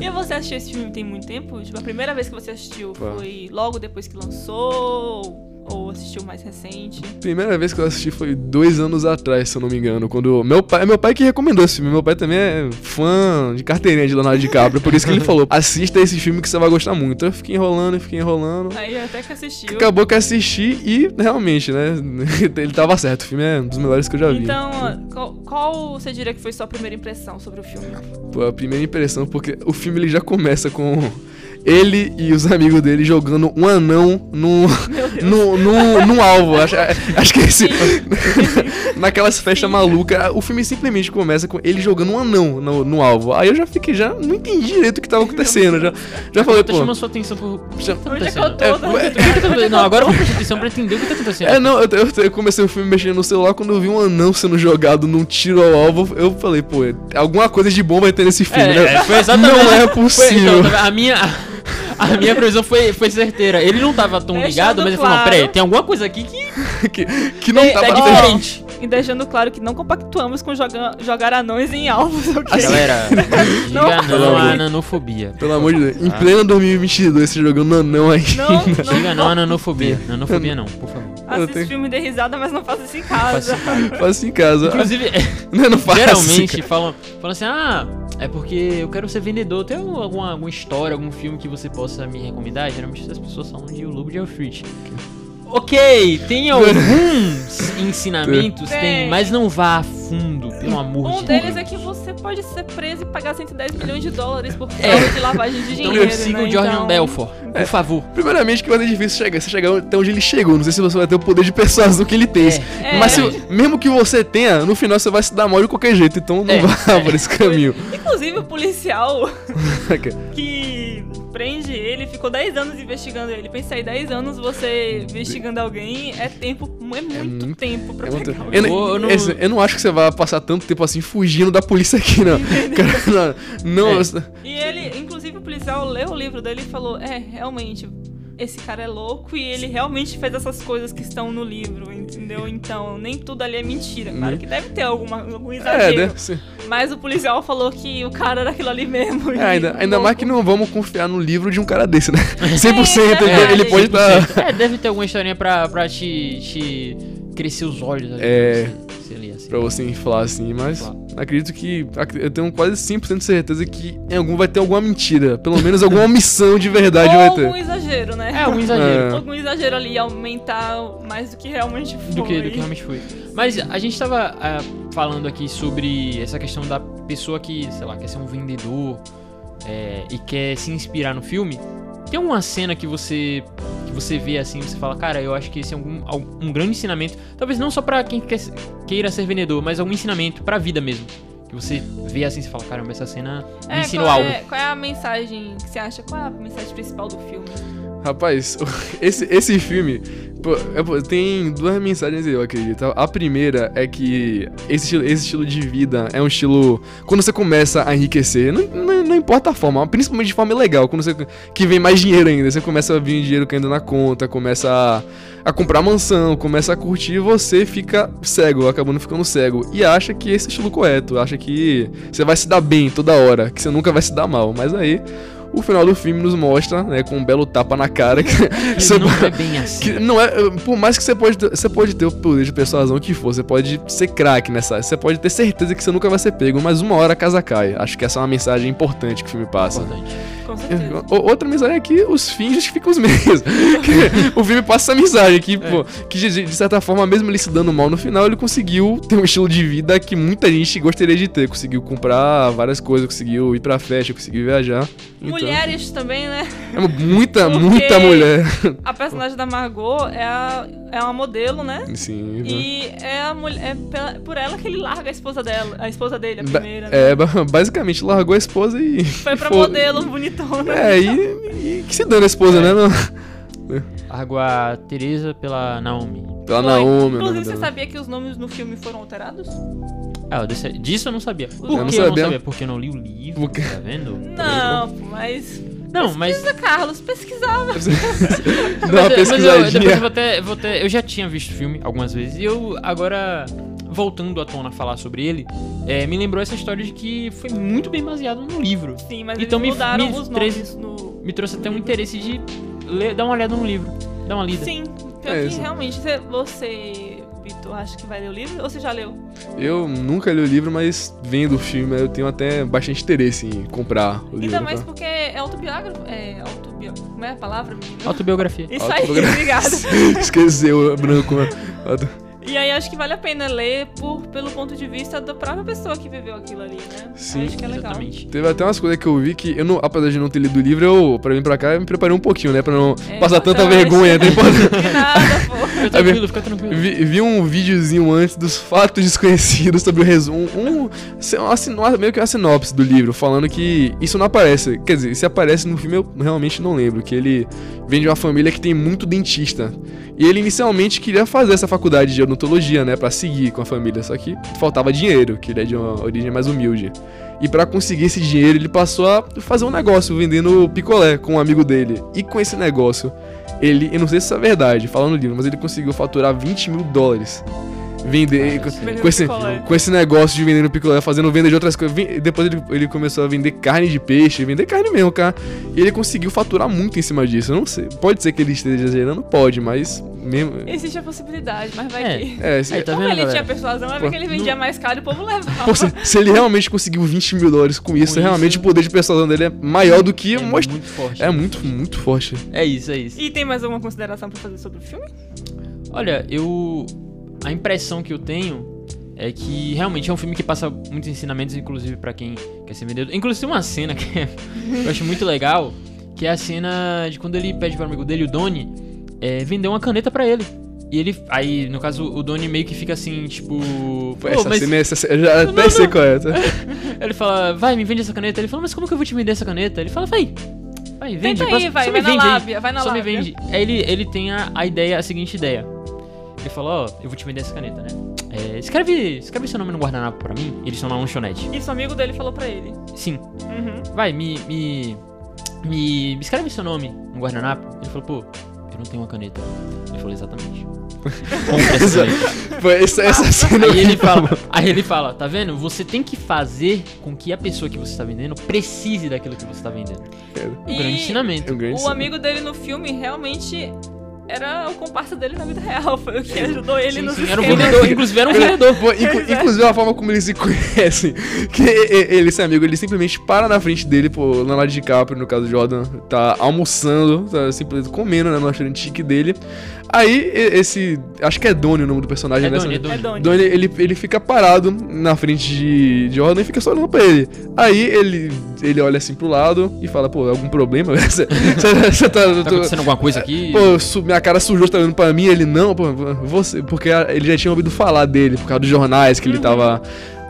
Speaker 1: E você assistiu esse filme tem muito tempo? Tipo, a primeira vez que você assistiu
Speaker 3: Pô.
Speaker 1: foi logo depois que lançou? Ou assistiu mais recente?
Speaker 3: Primeira vez que eu assisti foi dois anos atrás, se eu não me engano. Quando meu pai, é meu pai que recomendou esse filme. Meu pai também é fã de carteirinha de Leonardo DiCaprio, por isso que ele falou: assista esse filme que você vai gostar muito. Eu fiquei enrolando e fiquei enrolando.
Speaker 1: Aí até que assistiu.
Speaker 3: Acabou que eu assisti e realmente, né? (laughs) Ele tava certo. O filme é um dos melhores que eu já vi.
Speaker 1: Então, qual, qual você diria que foi sua primeira impressão sobre o
Speaker 2: (laughs)
Speaker 1: filme?
Speaker 3: Pô, a primeira impressão, porque o filme ele já começa com ele e os amigos dele jogando um anão num, (laughs) num, num, num alvo. Acho, acho
Speaker 1: (laughs)
Speaker 3: que esse. naquelas festas malucas, o filme simplesmente começa com ele jogando um anão no, no alvo. Aí eu já fiquei, já não entendi direito o que tava acontecendo. Já, já falei,
Speaker 2: Tá
Speaker 3: pô.
Speaker 2: chamando sua atenção por. O que tá
Speaker 1: Onde é que
Speaker 2: acontecendo?
Speaker 1: eu tô? Tá
Speaker 3: é,
Speaker 1: muito
Speaker 2: O que tá acontecendo? Não, agora eu vou prestar atenção pra entender o que tá acontecendo.
Speaker 3: É, não, eu, eu- eu comecei o filme mexendo no celular quando eu vi um anão sendo jogado num tiro ao alvo. Eu falei, pô, alguma coisa de bom vai ter nesse filme, né?
Speaker 2: É, foi exatamente.
Speaker 3: Não é
Speaker 2: Foi- então,
Speaker 3: possível.
Speaker 2: tá- a minha. A minha previsão foi, foi certeira. Ele não tava tão
Speaker 1: Deixando
Speaker 2: ligado, mas ele falou: não,
Speaker 1: claro.
Speaker 2: peraí, tem alguma coisa aqui que
Speaker 3: que, que não
Speaker 2: tá
Speaker 3: tava
Speaker 2: diferente.
Speaker 1: é E deixando claro que não compactuamos com joga- jogar anões em alvos, (laughs) ok?
Speaker 3: (laughs)
Speaker 2: Galera, diga não à nanofobia.
Speaker 3: Pelo amor de Deus, em
Speaker 2: Ah.
Speaker 3: pleno 2022 você jogando anão aí. (laughs)
Speaker 1: Não,
Speaker 2: Diga
Speaker 1: não,
Speaker 2: não à nanofobia. Nanofobia não, por favor.
Speaker 1: assiste
Speaker 3: tenho-
Speaker 1: filme de risada, mas não faça isso em casa.
Speaker 3: Faça em casa.
Speaker 2: Inclusive,
Speaker 3: (laughs) Não, não faça.
Speaker 2: geralmente
Speaker 3: cara.
Speaker 2: falam, falam assim: ah, é porque eu quero ser vendedor. Tem algum- alguma, alguma história, algum filme que você possa me recomendar? Geralmente as pessoas falam de O Lobo de Wall Street. Ok,
Speaker 3: (laughs)
Speaker 2: tem alguns ensinamentos, tem.
Speaker 1: Tem.
Speaker 2: mas não vá a fundo, pelo amor
Speaker 1: Um
Speaker 2: de
Speaker 1: deles
Speaker 2: Deus.
Speaker 1: é que você pode ser preso e pagar 110 milhões de dólares por fraude de lavagem de
Speaker 2: Então
Speaker 1: dinheiro.
Speaker 2: eu sigo
Speaker 1: né?
Speaker 2: o Jordan
Speaker 1: Então,
Speaker 2: Belfort,
Speaker 3: É.
Speaker 2: por favor.
Speaker 3: Primeiramente que vai ser difícil chegar. Você chegar até onde ele chegou. Não sei se você vai ter o poder de persuasão que ele tem.
Speaker 1: É.
Speaker 3: Mas se-
Speaker 2: É.
Speaker 3: mesmo que você tenha, no final você vai se dar mal de qualquer jeito. Então não
Speaker 2: É.
Speaker 3: vá por esse caminho.
Speaker 1: Inclusive, o policial
Speaker 3: Cara,
Speaker 1: que prende ele ficou 10 anos investigando ele. Pensa aí, 10 anos você investigando alguém é tempo, é muito,
Speaker 3: muito-
Speaker 1: tempo pra
Speaker 3: é
Speaker 1: pegar
Speaker 3: muito-
Speaker 1: alguém.
Speaker 3: eu,
Speaker 2: Eu- eu
Speaker 3: não,
Speaker 2: não-
Speaker 3: esse- eu não acho que você vai passar tanto tempo assim fugindo da polícia aqui, não. Cara, não. não
Speaker 2: É.
Speaker 3: você-
Speaker 1: E ele, inclusive o policial leu o livro dele e falou: É, realmente, esse cara é louco e ele realmente fez essas coisas que estão no livro, entendeu? Então, nem tudo ali é mentira. Claro que deve ter alguma, algum
Speaker 3: Né? É,
Speaker 1: exagero.
Speaker 3: deve ser.
Speaker 1: Mas o policial falou que o cara era aquilo ali mesmo.
Speaker 3: É,
Speaker 1: (laughs) e
Speaker 3: ainda, ainda
Speaker 1: louco.
Speaker 3: mais que não vamos confiar no livro de um cara desse, né? 100% ele-
Speaker 1: É,
Speaker 3: ele pode tá- estar.
Speaker 2: É, deve ter alguma historinha pra, pra te, te crescer os olhos ali.
Speaker 3: É.
Speaker 2: pra você- você ler, assim.
Speaker 3: Pra você inflar assim, mas
Speaker 2: Claro.
Speaker 3: acredito que. ac- Eu tenho quase 100% de certeza que em algum vai ter alguma mentira. Pelo menos alguma omissão de verdade
Speaker 1: Ou
Speaker 3: vai
Speaker 1: algum
Speaker 3: ter.
Speaker 1: exagero, né?
Speaker 2: É um exagero.
Speaker 3: É.
Speaker 1: (laughs) Algum exagero ali aumentar mais do que realmente foi.
Speaker 2: do que, do que realmente foi. Mas a gente tava ah, falando aqui sobre essa questão da pessoa que, sei lá, quer ser um vendedor é, e quer se inspirar no filme. Tem uma cena que você que você vê assim, você fala, cara, eu acho que esse é algum, algum- um grande ensinamento, talvez não só pra quem quer, se- queira ser vendedor, mas algum ensinamento pra vida mesmo. Que você vê assim, você fala, caramba, essa cena me
Speaker 1: É,
Speaker 2: ensinou
Speaker 1: qual
Speaker 2: algo.
Speaker 1: É, qual é a mensagem que você acha? Qual é a mensagem principal do filme?
Speaker 3: Rapaz, (laughs) esse, esse filme pô, é, pô, tem duas mensagens aí, eu acredito. A primeira é que esse estilo, esse estilo de vida é um estilo. Quando você começa a enriquecer, não, não, não importa a forma, principalmente de forma legal. Quando você. Que vem mais dinheiro ainda. Você começa a vir dinheiro caindo na conta, começa a, a comprar mansão, começa a curtir e você fica cego, acabando ficando cego. E acha que esse é o estilo correto. Acha que você vai se dar bem toda hora, que você nunca vai se dar mal. Mas aí o final do filme nos mostra, né, com um belo tapa na cara. Que,
Speaker 2: Ele não é bem assim.
Speaker 3: que não é, por mais que você pode, ter- você pode ter o poder de persuasão que for, você pode ser craque nessa, área, você pode ter certeza que você nunca vai ser pego, mas uma hora a casa cai. Acho que essa é uma mensagem importante que o filme passa.
Speaker 2: Importante.
Speaker 1: Com certeza.
Speaker 3: O- Outra mensagem é que os fins justificam os meios. (laughs) Que o filme passa essa mensagem que, pô, que de, de certa forma, mesmo ele se dando mal no final, ele conseguiu ter um estilo de vida que muita gente gostaria de ter. Conseguiu comprar várias coisas, conseguiu ir pra festa, conseguiu viajar. Então-
Speaker 1: Mulheres também, né?
Speaker 3: é muita,
Speaker 1: Porque-
Speaker 3: muita mulher. (laughs)
Speaker 1: A personagem da Margot é, a, é uma modelo, né?
Speaker 3: Sim. né?
Speaker 1: E é, a mulher, é pela- por ela que ele larga a esposa dela, a esposa dele, a
Speaker 3: Ba-
Speaker 1: primeira. né?
Speaker 3: é, ba- (laughs) basicamente largou a esposa e.
Speaker 1: Foi pra
Speaker 3: (laughs) foi-
Speaker 1: modelo, É. bonitona.
Speaker 3: É, e, e que se dane a esposa, né? Não.
Speaker 2: Água Teresa pela Naomi.
Speaker 3: Pela
Speaker 1: Foi.
Speaker 3: Naomi, o nome
Speaker 1: Inclusive, você
Speaker 3: dela.
Speaker 1: sabia que os nomes no filme foram alterados?
Speaker 2: Ah, eu disse- disso eu não sabia.
Speaker 1: Eu
Speaker 2: Por
Speaker 1: não
Speaker 2: que eu não
Speaker 3: sabia.
Speaker 2: sabia? Porque eu não li o livro,
Speaker 3: Porque-
Speaker 2: tá vendo?
Speaker 3: (laughs)
Speaker 1: Não, mas.
Speaker 2: Não, mas...
Speaker 1: Pesquisa, Carlos, (laughs) pesquisava.
Speaker 3: Dá uma
Speaker 2: Mas eu- mas eu- depois eu
Speaker 3: pesquisadinha.
Speaker 2: vou até, vou até- Eu já tinha visto o filme algumas vezes. E eu agora, voltando à tona a falar sobre ele, é, me lembrou essa história de que foi muito bem baseado no livro.
Speaker 1: Sim, mas
Speaker 2: Então me-
Speaker 1: eles mudaram
Speaker 2: me-
Speaker 1: os
Speaker 2: três-
Speaker 1: nomes no.
Speaker 2: Me trouxe até um interesse de ler- dar uma olhada no livro. Dar uma lida.
Speaker 1: Sim, pior
Speaker 3: É
Speaker 1: que
Speaker 3: isso.
Speaker 1: realmente você- você, Vitor, acha que vai ler o livro? Ou você já leu?
Speaker 3: Eu nunca li o livro, mas vendo o filme eu tenho até bastante interesse em comprar o livro.
Speaker 1: Ainda mais
Speaker 3: tá? (laughs)
Speaker 1: porque é autobiográfico. É autobiográfico. Como é a palavra, menino?
Speaker 2: Autobiografia.
Speaker 1: Isso aí,
Speaker 3: Autobiográfico.
Speaker 1: (laughs) obrigada.
Speaker 3: Esqueceu, é branco. né?
Speaker 1: E aí acho que vale a pena ler por, pelo ponto de vista da própria pessoa que viveu aquilo ali, né?
Speaker 3: Sim,
Speaker 1: acho que é legal.
Speaker 2: Exatamente.
Speaker 3: Teve até umas coisas que eu vi que, eu não, apesar de não ter lido o livro, eu, pra vir pra cá, eu me preparei um pouquinho, né? Pra não
Speaker 1: É
Speaker 3: passar tanta
Speaker 1: importante. (laughs)
Speaker 3: vergonha. né? Tem importância.
Speaker 2: né?
Speaker 1: Que nada, pô.
Speaker 2: Fica tranquilo, fica tranquilo.
Speaker 3: É vi, vi um videozinho antes dos fatos desconhecidos sobre o resumo. Um, se- uma sino- meio que uma sinopse do livro, falando que isso não aparece. Quer dizer, se aparece no filme eu realmente não lembro. Que ele vem de uma família que tem muito dentista. E ele inicialmente queria fazer essa faculdade de odontologia, né? Pra seguir com a família. Só que faltava dinheiro, que ele é de uma origem mais humilde. E pra conseguir esse dinheiro, ele passou a fazer um negócio vendendo picolé com um amigo dele. E com esse negócio, ele, eu não sei se isso é verdade, fala no livro, mas ele conseguiu faturar 20 mil dólares. Vender.
Speaker 2: Cara, isso
Speaker 3: com,
Speaker 2: (laughs)
Speaker 1: é-
Speaker 3: com esse,
Speaker 1: Picolé.
Speaker 3: com esse negócio de vendendo picolé, fazendo venda de outras coisas. Vem- Depois ele, ele começou a vender carne de peixe, vender carne mesmo, cara. E ele conseguiu faturar muito em cima disso. Eu não sei. Pode ser que ele esteja exagerando? Pode, mas. Mesmo,
Speaker 1: Existe a possibilidade, mas vai
Speaker 2: É.
Speaker 1: que.
Speaker 3: é, se,
Speaker 2: Aí, tá
Speaker 1: Como
Speaker 2: vendo,
Speaker 1: ele
Speaker 2: galera?
Speaker 1: tinha persuasão, é porque ele vendia mais caro e o povo
Speaker 2: (laughs)
Speaker 1: levava.
Speaker 3: Pô, se, se ele realmente conseguiu 20 mil dólares com isso,
Speaker 2: Com
Speaker 3: realmente
Speaker 2: isso.
Speaker 3: o poder de persuasão dele é maior do que
Speaker 2: É
Speaker 3: é mostra.
Speaker 2: muito forte.
Speaker 3: É muito, muito forte.
Speaker 2: É isso, é isso.
Speaker 1: E tem mais alguma consideração pra fazer sobre o filme?
Speaker 2: Olha, eu. A impressão que eu tenho é que realmente é um filme que passa muitos ensinamentos, inclusive pra quem quer ser vendedor. Inclusive tem uma cena
Speaker 1: (laughs)
Speaker 2: que é- eu acho muito legal, que é a cena de quando ele pede pro amigo dele, o Doni, é, vender uma caneta pra ele. E ele. Aí, no caso, o Doni meio que fica assim, tipo.
Speaker 3: Pô,
Speaker 2: Pô,
Speaker 3: essa
Speaker 2: mas
Speaker 1: é
Speaker 3: cena, essa cena- eu já até
Speaker 2: não.
Speaker 3: sei qual é. tá?
Speaker 2: ele fala, vai, me vende essa caneta. Ele fala, mas como que eu vou te vender essa caneta? Ele fala, vai. Vai, vende.
Speaker 1: Tenta aí,
Speaker 2: passa-
Speaker 1: vai,
Speaker 2: só
Speaker 1: vai
Speaker 2: me
Speaker 1: na
Speaker 2: vende aí.
Speaker 1: lábia, vai na
Speaker 2: Só me
Speaker 1: lábia.
Speaker 2: vende. Aí ele, ele tem a, a ideia, a seguinte ideia. Ele falou, ó, eu vou te vender essa caneta, né? É, escreve, escreve seu nome no guardanapo pra mim. Eles estão na lanchonete.
Speaker 1: Isso, o amigo dele falou pra ele.
Speaker 2: Sim.
Speaker 1: Uhum.
Speaker 2: Vai, me, me, me, me escreve seu nome no guardanapo. Ele falou, pô, eu não tenho uma caneta. Ele falou,
Speaker 3: (laughs)
Speaker 2: exatamente. Compre essa caneta.
Speaker 3: Pô, essa, essa cena. é
Speaker 2: Aí ele fala, aí ele fala, tá vendo? Você tem que fazer com que a pessoa que você tá vendendo precise daquilo que você tá vendendo. Um grande ensinamento.
Speaker 3: É um grande
Speaker 1: O
Speaker 3: cena.
Speaker 1: amigo dele no filme realmente era o comparsa dele na vida real. (laughs) Foi o que ajudou ele
Speaker 2: Sim,
Speaker 1: no
Speaker 2: sim, era um
Speaker 1: esquema.
Speaker 2: vendedor, inclusive era um vendedor.
Speaker 3: Pô, inclu- inclusive a forma como eles se (laughs) conhecem. Que e- e- ele, esse amigo, ele simplesmente para na frente dele, pô, o Leonardo DiCaprio, no caso Jordan, tá almoçando, tá simplesmente comendo, né, no restaurante chique dele. Aí, e- esse, acho que é Donnie o nome do personagem,
Speaker 2: É
Speaker 3: né?
Speaker 2: Donnie, é
Speaker 1: É
Speaker 2: Donnie.
Speaker 1: Donnie.
Speaker 3: Então ele, ele, ele fica parado na frente de, de Jordan e fica só olhando pra ele. Aí ele, ele olha assim pro lado e fala, pô, é algum problema? (laughs) Você, você- você tá.
Speaker 2: Tá
Speaker 3: tô-
Speaker 2: acontecendo alguma coisa aqui?
Speaker 3: Pô, su- minha cara sujou, você tá olhando pra mim? Ele, não, pô, você. Porque a- ele já tinha ouvido falar dele, por causa dos é, jornais que ele tava.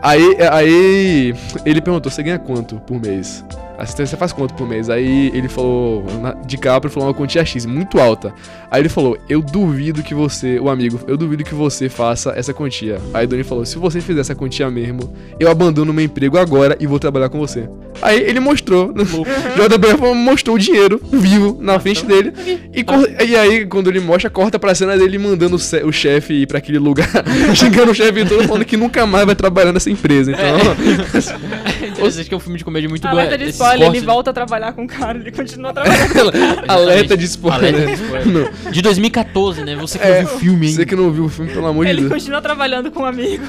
Speaker 3: Aí, aí ele perguntou, você ganha quanto por mês? Assistência você faz quanto por mês? Aí ele falou, na- de Caprio falou uma quantia X, muito alta. Aí ele falou, eu duvido que você, o amigo, eu duvido que você faça essa quantia. Aí Doni falou, se você fizer essa quantia mesmo, eu abandono meu emprego agora e vou trabalhar com você. Aí ele mostrou, (laughs) Jordan Belfort mostrou o dinheiro vivo na frente dele. E, cor- e aí, quando ele mostra, corta pra cena dele mandando o, ce- o chefe ir pra aquele lugar, (laughs) xingando o chefe todo, falando que nunca mais vai trabalhar nessa empresa.
Speaker 2: É.
Speaker 3: Então,
Speaker 2: (laughs) Interessante que é um filme de comédia muito bom.
Speaker 1: Alerta de
Speaker 2: esses
Speaker 1: spoiler, ele
Speaker 2: cortes-
Speaker 1: volta a trabalhar com o cara, ele continua trabalhando.
Speaker 3: alerta de spoiler.
Speaker 2: (laughs) Alerta de spoiler. De 2014, né? Você que
Speaker 3: É,
Speaker 2: não viu o filme, hein?
Speaker 3: Você que não viu o filme, pelo amor de
Speaker 1: ele
Speaker 3: Deus.
Speaker 1: continua trabalhando com um amigo.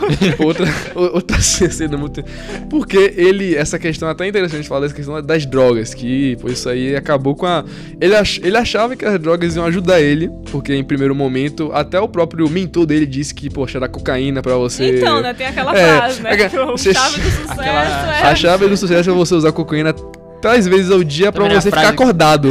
Speaker 3: outra, o- outra (laughs) cena muito. Porque ele. Essa questão é até interessante falar dessa questão das drogas. Que pô, isso aí acabou com a. Ele, ach- ele achava que as drogas iam ajudar ele. Porque em primeiro momento, até o próprio mentor dele disse que, poxa, era cocaína pra você.
Speaker 1: Então, né, tem aquela
Speaker 3: É,
Speaker 1: frase, né,
Speaker 3: aquela-
Speaker 1: que o
Speaker 3: você-
Speaker 1: chave do sucesso
Speaker 2: aquela-
Speaker 1: é...
Speaker 3: (laughs) A chave do sucesso é você usar cocaína três vezes ao dia pra
Speaker 2: Também é
Speaker 3: você
Speaker 2: a
Speaker 3: ficar
Speaker 2: frase
Speaker 1: (laughs)
Speaker 2: que-
Speaker 3: acordado.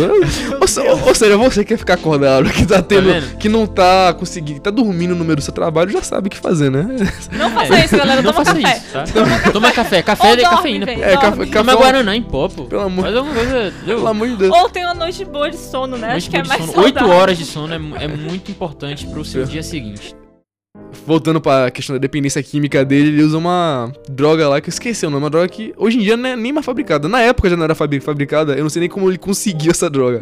Speaker 3: ou, se- ou- ou seja, você quer ficar acordado, que tá tendo.
Speaker 2: vendo?
Speaker 3: que não tá conseguindo. Tá dormindo no meio do seu trabalho, já sabe o que fazer, né? (laughs)
Speaker 1: Não faça isso, galera,
Speaker 2: é. Não
Speaker 1: toma
Speaker 2: faça
Speaker 1: café.
Speaker 2: isso, tá? Toma café. Café
Speaker 1: Ou
Speaker 2: é
Speaker 1: dorme,
Speaker 2: cafeína.
Speaker 1: velho,
Speaker 2: pô.
Speaker 3: É,
Speaker 1: dorme.
Speaker 3: café-
Speaker 2: Toma
Speaker 3: Café-
Speaker 2: Guaraná em pó, pô.
Speaker 3: Pelo amor-
Speaker 2: Faz alguma coisa...
Speaker 3: Pelo amor de Deus.
Speaker 1: Ou tem uma noite boa de sono, né? Acho que é mais saudável.
Speaker 2: 8 horas de sono é, mu- é muito importante pro seu dia seguinte.
Speaker 3: voltando pra questão da dependência química dele, ele usa uma droga lá que eu esqueci o nome, uma droga que hoje em dia não é nem mais fabricada. Na época já não era fabri- fabricada, eu não sei nem como ele conseguiu essa droga.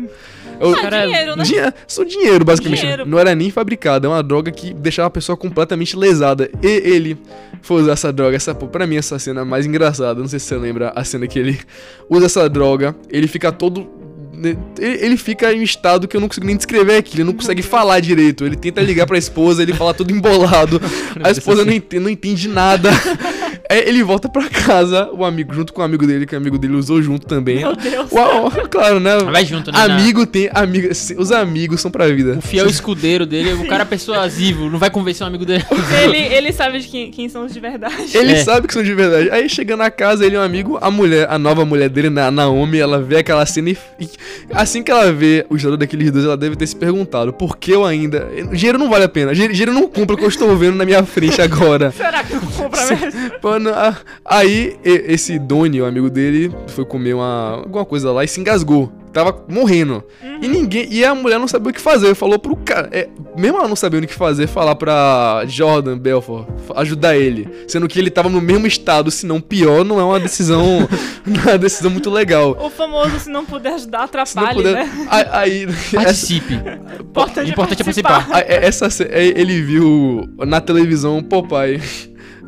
Speaker 3: Eu,
Speaker 1: Ah,
Speaker 2: Cara,
Speaker 1: dinheiro, né?
Speaker 3: Dinhe- só dinheiro, basicamente.
Speaker 1: Dinheiro.
Speaker 3: Não era nem fabricada, é uma droga que deixava a pessoa completamente lesada. E ele foi usar essa droga, essa pô, pra mim essa cena é mais engraçada, não sei se você lembra a cena que ele usa essa droga, ele fica todo ele, ele fica em um estado que eu não consigo nem descrever aqui, ele não consegue
Speaker 1: Uhum.
Speaker 3: falar direito. Ele tenta ligar pra esposa, ele fala todo
Speaker 1: (laughs)
Speaker 3: embolado. A esposa não entende, não entende nada. Aí ele volta pra casa, o amigo, junto com o amigo dele, que o amigo dele usou junto também.
Speaker 1: Meu Deus.
Speaker 3: Uau, claro, né?
Speaker 2: Vai junto, né? na-
Speaker 3: Amigo tem. Amigo, se- os amigos são pra vida.
Speaker 2: O fiel escudeiro dele, o cara é persuasivo, não vai convencer um amigo dele.
Speaker 1: Ele, ele sabe de quem, quem são os de verdade.
Speaker 3: Ele
Speaker 2: É.
Speaker 3: sabe que são de verdade. Aí chega na casa, ele é um amigo, a mulher, a nova mulher dele, na Naomi, ela vê aquela cena e, e assim que ela vê o jogador daqueles dois, ela deve ter se perguntado, por que eu ainda. Dinheiro não vale a pena. Dinheiro dinheiro não compra o que eu estou vendo na minha frente
Speaker 1: (laughs)
Speaker 3: agora.
Speaker 1: Será que eu vou pra
Speaker 3: Se-
Speaker 1: mesmo?
Speaker 3: Mano, a- ah, aí e- esse Doni, o amigo dele, foi comer uma, alguma coisa lá e se engasgou. Tava morrendo. E ninguém. E a mulher não sabia o que fazer. Falou pro cara. é, mesmo ela não sabendo o que fazer, falar pra Jordan Belfort fa- ajudar ele. Sendo que ele tava no mesmo estado, se não pior, não é uma decisão. (laughs) não é uma decisão muito legal.
Speaker 1: O famoso, se não puder ajudar,
Speaker 3: Se não
Speaker 1: atrapalhe,
Speaker 3: puder.
Speaker 1: né?
Speaker 3: a- Aí. essa-
Speaker 2: Participe.
Speaker 1: Importante, é
Speaker 2: Importante é
Speaker 1: participar.
Speaker 2: participar.
Speaker 3: a- é- essa, ce- é, ele viu na televisão o Popeye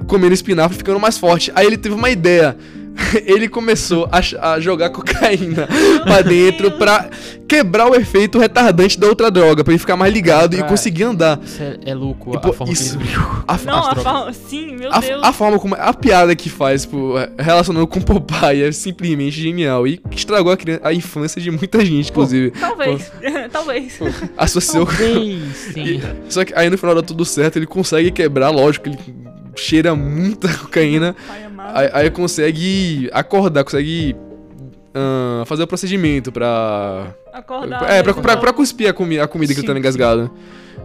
Speaker 3: comendo espinafre ficando mais forte. Aí ele teve uma ideia. (laughs) Ele começou a, ch- a
Speaker 1: (laughs)
Speaker 3: jogar cocaína pra dentro
Speaker 1: Deus.
Speaker 3: pra quebrar o efeito retardante da outra droga, pra ele ficar mais ligado e
Speaker 2: Pra-
Speaker 3: conseguir andar.
Speaker 2: Isso é, é louco,
Speaker 3: E,
Speaker 2: a
Speaker 3: pô,
Speaker 2: forma
Speaker 3: isso-
Speaker 2: que ele
Speaker 3: (laughs) A, f-
Speaker 1: Não,
Speaker 3: a-
Speaker 1: a
Speaker 2: drogas.
Speaker 1: forma... Sim, meu
Speaker 3: a f-
Speaker 1: Deus.
Speaker 3: a forma como. A piada que faz, pô, relacionando com Popeye é simplesmente genial. E estragou a, criança- a infância de muita gente, inclusive.
Speaker 1: tá Talvez. (laughs) Talvez.
Speaker 3: Associou.
Speaker 2: Talvez, sim.
Speaker 3: Só que aí no final dá tudo certo, ele consegue quebrar, lógico, ele cheira muita (laughs) cocaína,
Speaker 1: Pai amado.
Speaker 3: aí, aí consegue acordar, consegue ahn, fazer o procedimento pra.
Speaker 1: Acordar.
Speaker 3: é, pra,
Speaker 1: mesmo.
Speaker 3: pra, pra cuspir a, comi- a comida que
Speaker 2: Sim,
Speaker 3: tá engasgada.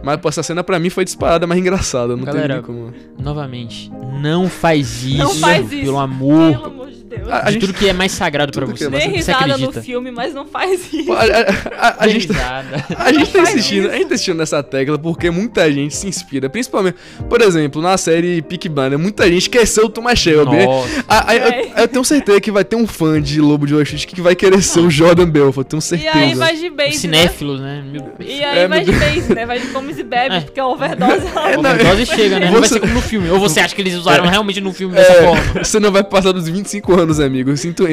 Speaker 3: Mas pô, essa cena pra mim foi disparada, mais engraçada, não
Speaker 2: Galera,
Speaker 3: tem como.
Speaker 2: Novamente, não faz isso.
Speaker 1: Não faz isso.
Speaker 2: Pelo
Speaker 1: Pelo
Speaker 2: amor.
Speaker 1: amor de Deus.
Speaker 3: A-
Speaker 2: de tudo que é mais sagrado pra
Speaker 3: tudo que
Speaker 2: você.
Speaker 3: é mais
Speaker 1: Dê
Speaker 2: você que você
Speaker 1: risada no
Speaker 2: acredita.
Speaker 1: filme, mas não faz isso.
Speaker 3: Pô, A, a- a- a
Speaker 2: Dê
Speaker 3: gente tá,
Speaker 2: risada.
Speaker 3: a gente tá
Speaker 1: faz
Speaker 3: insistindo,
Speaker 1: isso.
Speaker 3: a gente tá insistindo nessa tecla porque muita gente se inspira, principalmente, por exemplo, na série Peak Blinder, muita gente esqueceu o Thomas Shelby.
Speaker 2: Nossa.
Speaker 3: Ah, ah, eu-
Speaker 1: É.
Speaker 3: eu, tenho certeza que vai ter um fã de Lobo de Wall Street que vai querer ser o Jordan Belfort, tenho
Speaker 1: E aí
Speaker 3: certeza.
Speaker 1: vai de base, né?
Speaker 2: Cinéfilos, né? Meu
Speaker 1: E
Speaker 2: Deus.
Speaker 1: aí
Speaker 3: É,
Speaker 1: vai
Speaker 3: meu
Speaker 1: de base, né? Vai de comes e bebe,
Speaker 2: É.
Speaker 1: porque a overdose... ela-
Speaker 3: É, não,
Speaker 2: Overdose chega, né? Não vai
Speaker 3: Você-
Speaker 2: ser como no filme. Ou você acha que eles usaram realmente no filme dessa forma?
Speaker 3: É, você não vai passar dos 25 anos, amigo. Sinto,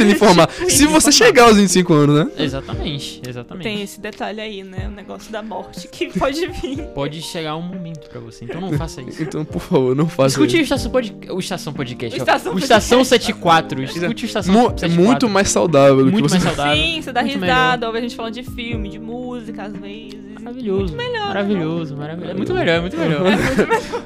Speaker 1: (laughs)
Speaker 3: lhe informar.
Speaker 1: Tipo
Speaker 3: Se você chegar aos 25 anos, né?
Speaker 2: Exatamente, exatamente.
Speaker 1: Tem esse detalhe aí, né? O negócio da morte que pode vir.
Speaker 2: Pode chegar um momento pra você, então não faça
Speaker 3: (laughs)
Speaker 2: isso.
Speaker 3: Então, por favor, não faça
Speaker 2: Escute o
Speaker 3: isso.
Speaker 2: Estação, Pod... o Estação Podcast.
Speaker 1: O
Speaker 2: ó.
Speaker 1: Estação é.
Speaker 2: o Estação
Speaker 1: Podcast.
Speaker 2: 74. Escute o Estação
Speaker 3: Mu- É
Speaker 2: 74.
Speaker 3: muito mais saudável do que
Speaker 2: Muito
Speaker 3: você. tá
Speaker 2: mais saudável.
Speaker 1: Sim, você dá
Speaker 2: muito
Speaker 1: risada, ouve a gente falando de filme, de música, às vezes.
Speaker 2: Maravilhoso. Maravilhoso, maravilhoso. É muito melhor, é muito
Speaker 3: (laughs)
Speaker 2: melhor.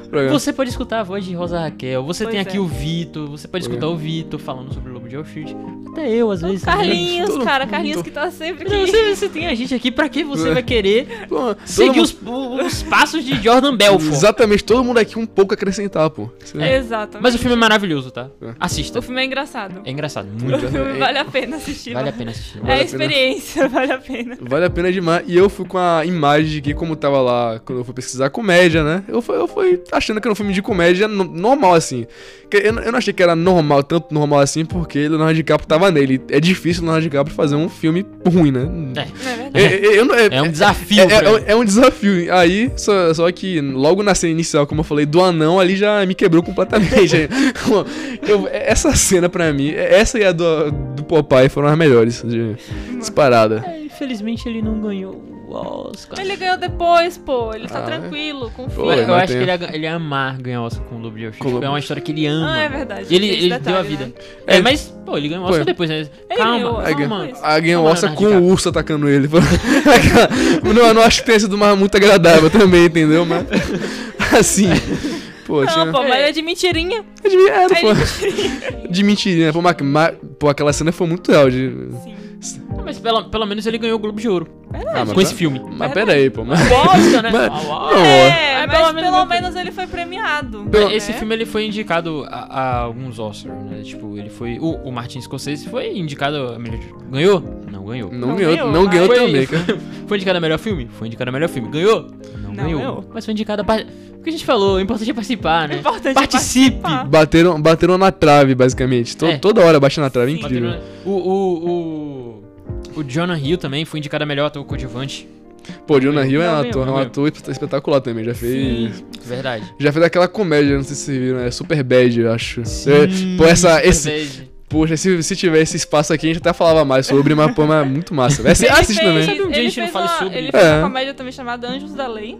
Speaker 3: Programa.
Speaker 2: Você pode escutar a voz de Rosa Raquel, você
Speaker 1: Pois
Speaker 2: tem aqui
Speaker 1: é.
Speaker 2: o Vitor, você pode
Speaker 3: Pois
Speaker 2: escutar o Vitor falando sobre o Lobo de Wall Street. Até eu, às vezes. também.
Speaker 1: Carlinhos,
Speaker 3: todo
Speaker 1: cara,
Speaker 3: mundo.
Speaker 1: Carlinhos que tá sempre
Speaker 2: Mas
Speaker 1: aqui.
Speaker 2: Você, você tem a gente aqui, pra que você vai querer
Speaker 3: Pô, todo
Speaker 2: seguir
Speaker 3: mundo-
Speaker 2: os, o- os passos de Jordan Belfort?
Speaker 3: Exatamente, todo mundo aqui um pouco acrescentar, pô. Você-
Speaker 1: Exatamente.
Speaker 2: Mas o filme é maravilhoso, tá?
Speaker 3: É.
Speaker 2: Assista.
Speaker 1: O filme é engraçado.
Speaker 2: É engraçado,
Speaker 1: O
Speaker 2: muito.
Speaker 1: filme
Speaker 3: é-
Speaker 1: vale a pena assistir.
Speaker 2: Vale a pena assistir.
Speaker 3: Vale a
Speaker 1: é
Speaker 3: pena.
Speaker 1: experiência, (laughs) vale a pena.
Speaker 3: Vale a pena demais. E eu fui com a imagem de que, como tava lá quando eu fui pesquisar comédia, né? Eu fui, eu fui achando que era um filme de comédia no- normal, assim. Que Eu, não- eu não achei que era normal, tanto normal assim, porque Leonardo DiCaprio tava nele. É difícil o Leonardo DiCaprio fazer um filme ruim, né?
Speaker 2: É.
Speaker 1: Não é verdade?
Speaker 3: É, é, eu não-
Speaker 2: É um
Speaker 3: É,
Speaker 2: desafio.
Speaker 3: é-
Speaker 2: pra mim.
Speaker 3: é um desafio. Aí, só, só que logo na cena inicial, como eu falei, do anão ali já me quebrou (laughs) completamente. Eu- essa cena pra mim, é, essa e a do, do Popeye foram as melhores. De, disparada.
Speaker 2: É, Infelizmente ele não ganhou o Oscar.
Speaker 1: Ele ganhou depois, pô. Ele tá
Speaker 3: Ah,
Speaker 1: tranquilo, confia.
Speaker 3: Pô,
Speaker 2: eu
Speaker 3: mas
Speaker 2: acho
Speaker 3: tem-
Speaker 2: que ele ia, ele ia amar ganhar o Oscar com o Lobo de Wall Street.
Speaker 3: Com o Lobo.
Speaker 2: É uma história que ele ama.
Speaker 1: Ah, é verdade.
Speaker 2: E ele,
Speaker 1: Tem esse
Speaker 2: ele
Speaker 1: detalhe,
Speaker 2: deu a vida.
Speaker 1: né?
Speaker 2: É,
Speaker 3: É.
Speaker 2: mas, pô, ele ganhou o Oscar
Speaker 3: Foi.
Speaker 2: depois, né? Calma,
Speaker 1: ganhou,
Speaker 3: Aí
Speaker 1: não,
Speaker 2: calma.
Speaker 1: foi
Speaker 3: ganha-
Speaker 1: isso.
Speaker 3: aí ganha o
Speaker 2: Calma,
Speaker 3: Oscar com
Speaker 2: Leonardo
Speaker 3: o urso atacando ele. (laughs) não, eu não acho que tenha sido uma- muito agradável também, entendeu? Mas. (laughs) Assim. Pô,
Speaker 1: Não,
Speaker 3: tinha.
Speaker 1: pô, mas ele é de mentirinha.
Speaker 3: É de, era,
Speaker 1: Aí ele é de
Speaker 3: pô,
Speaker 1: mentirinha.
Speaker 3: de mentirinha. Pô, ma- ma- pô, aquela cena foi muito real. De...
Speaker 1: Sim.
Speaker 2: Ah, Mas pelo, pelo menos ele ganhou o Globo de Ouro
Speaker 3: Ah, mas
Speaker 2: com esse
Speaker 3: pera-
Speaker 2: filme. é
Speaker 3: Mas pera aí, pô. Mas...
Speaker 2: Bosta, (laughs) né?
Speaker 3: Mas-
Speaker 2: Uau, uau.
Speaker 3: Não,
Speaker 1: É,
Speaker 2: é,
Speaker 1: mas
Speaker 2: pelo
Speaker 1: pelo,
Speaker 2: menos-
Speaker 1: menos ele foi premiado.
Speaker 3: Pelo-
Speaker 1: né?
Speaker 2: Esse filme ele foi indicado a, a alguns Oscars, né? Tipo, ele foi. O, o Martin Scorsese foi indicado. a melhor- Ganhou? Não ganhou. Ah,
Speaker 3: Não,
Speaker 1: Não
Speaker 3: ganhou,
Speaker 1: ganhou,
Speaker 3: não
Speaker 1: mas-
Speaker 3: ganhou
Speaker 2: Foi-
Speaker 3: também, cara.
Speaker 2: (laughs) Foi indicado a melhor filme? Foi indicado a melhor filme. Ganhou? Não, ganhou.
Speaker 1: ganhou.
Speaker 2: Mas foi indicado a. par- O que a gente falou? O importante é participar, né?
Speaker 1: O importante é
Speaker 2: Participe!
Speaker 1: participar.
Speaker 3: Bateram, bateram na trave, basicamente. To-
Speaker 2: Ah. É.
Speaker 3: Toda hora bate na trave, é
Speaker 1: Sim.
Speaker 3: incrível.
Speaker 2: O, o, o, o Jonah Hill também foi indicado a melhor ator coadjuvante.
Speaker 3: Pô, Jonah Hill é um
Speaker 2: Não, ganhou,
Speaker 3: ator, é um
Speaker 2: ganhou.
Speaker 3: ator espe- espetacular também. Já fez.
Speaker 2: Verdade.
Speaker 3: Já fez aquela comédia, não sei se vocês viram, é Super Bad, eu acho.
Speaker 2: Sim,
Speaker 3: é, pô, essa,
Speaker 2: Super
Speaker 3: esse,
Speaker 2: Bad.
Speaker 3: Poxa, se, se tiver esse espaço aqui, a gente até falava mais sobre, mas pô, mas é muito massa. velho. Assi-
Speaker 1: Ele fez-
Speaker 3: Assiste também.
Speaker 2: Sabe um dia a
Speaker 1: ele
Speaker 2: gente não
Speaker 1: fez
Speaker 2: fala
Speaker 1: uma-
Speaker 2: sobre?
Speaker 1: Ele fez
Speaker 3: É.
Speaker 1: uma comédia também chamada Anjos da Lei.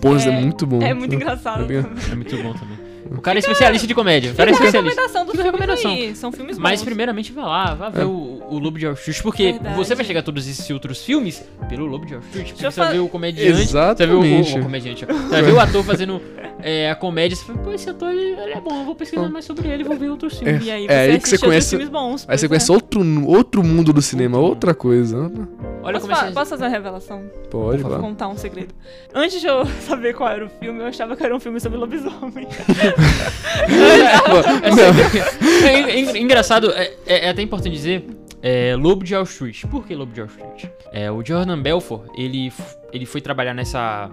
Speaker 3: Pô, isso é,
Speaker 1: é-
Speaker 3: muito bom.
Speaker 1: É muito engraçado também.
Speaker 2: É muito bom também. O cara é especialista de comédia. O cara é
Speaker 1: Fica a
Speaker 2: especialista.
Speaker 1: recomendação dos
Speaker 2: Fica a
Speaker 1: filmes
Speaker 2: recomendação.
Speaker 1: aí. São filmes bons.
Speaker 2: Mas primeiramente vai lá, vai ver o, o Lobo de Wall Street, porque
Speaker 1: Verdade.
Speaker 2: você vai chegar a todos esses outros filmes pelo Lobo de Wall Street. Porque
Speaker 1: eu
Speaker 2: você vai
Speaker 1: fa-
Speaker 2: ver o comediante, você vai ver
Speaker 3: Exatamente.
Speaker 2: o- o, o comediante, ó. você vai ver o ator fazendo é, a comédia, você fala, pô, esse ator ele, ele é bom, eu vou pesquisar mais sobre ele, vou ver outros filmes.
Speaker 1: E aí você
Speaker 3: É aí que você
Speaker 1: assiste outros
Speaker 3: conhece-
Speaker 1: filmes bons.
Speaker 3: Aí você
Speaker 1: pois
Speaker 3: conhece outro, outro mundo do cinema,
Speaker 2: Outro
Speaker 3: outra coisa.
Speaker 1: é.
Speaker 2: Olha
Speaker 1: Posso,
Speaker 2: como é
Speaker 1: fa-
Speaker 2: que
Speaker 1: posso fazer uma revelação?
Speaker 3: Pode,
Speaker 1: Vou
Speaker 3: lá. (laughs)
Speaker 1: contar um segredo. Antes de eu saber qual era o filme, eu achava que era um filme sobre lobisomem.
Speaker 2: (laughs) É en- en- engraçado, é, é- é até importante dizer é, Lobo de Wall Street. Por que Lobo de Wall Street? É, o Jordan Belfort, ele, f- ele foi trabalhar nessa.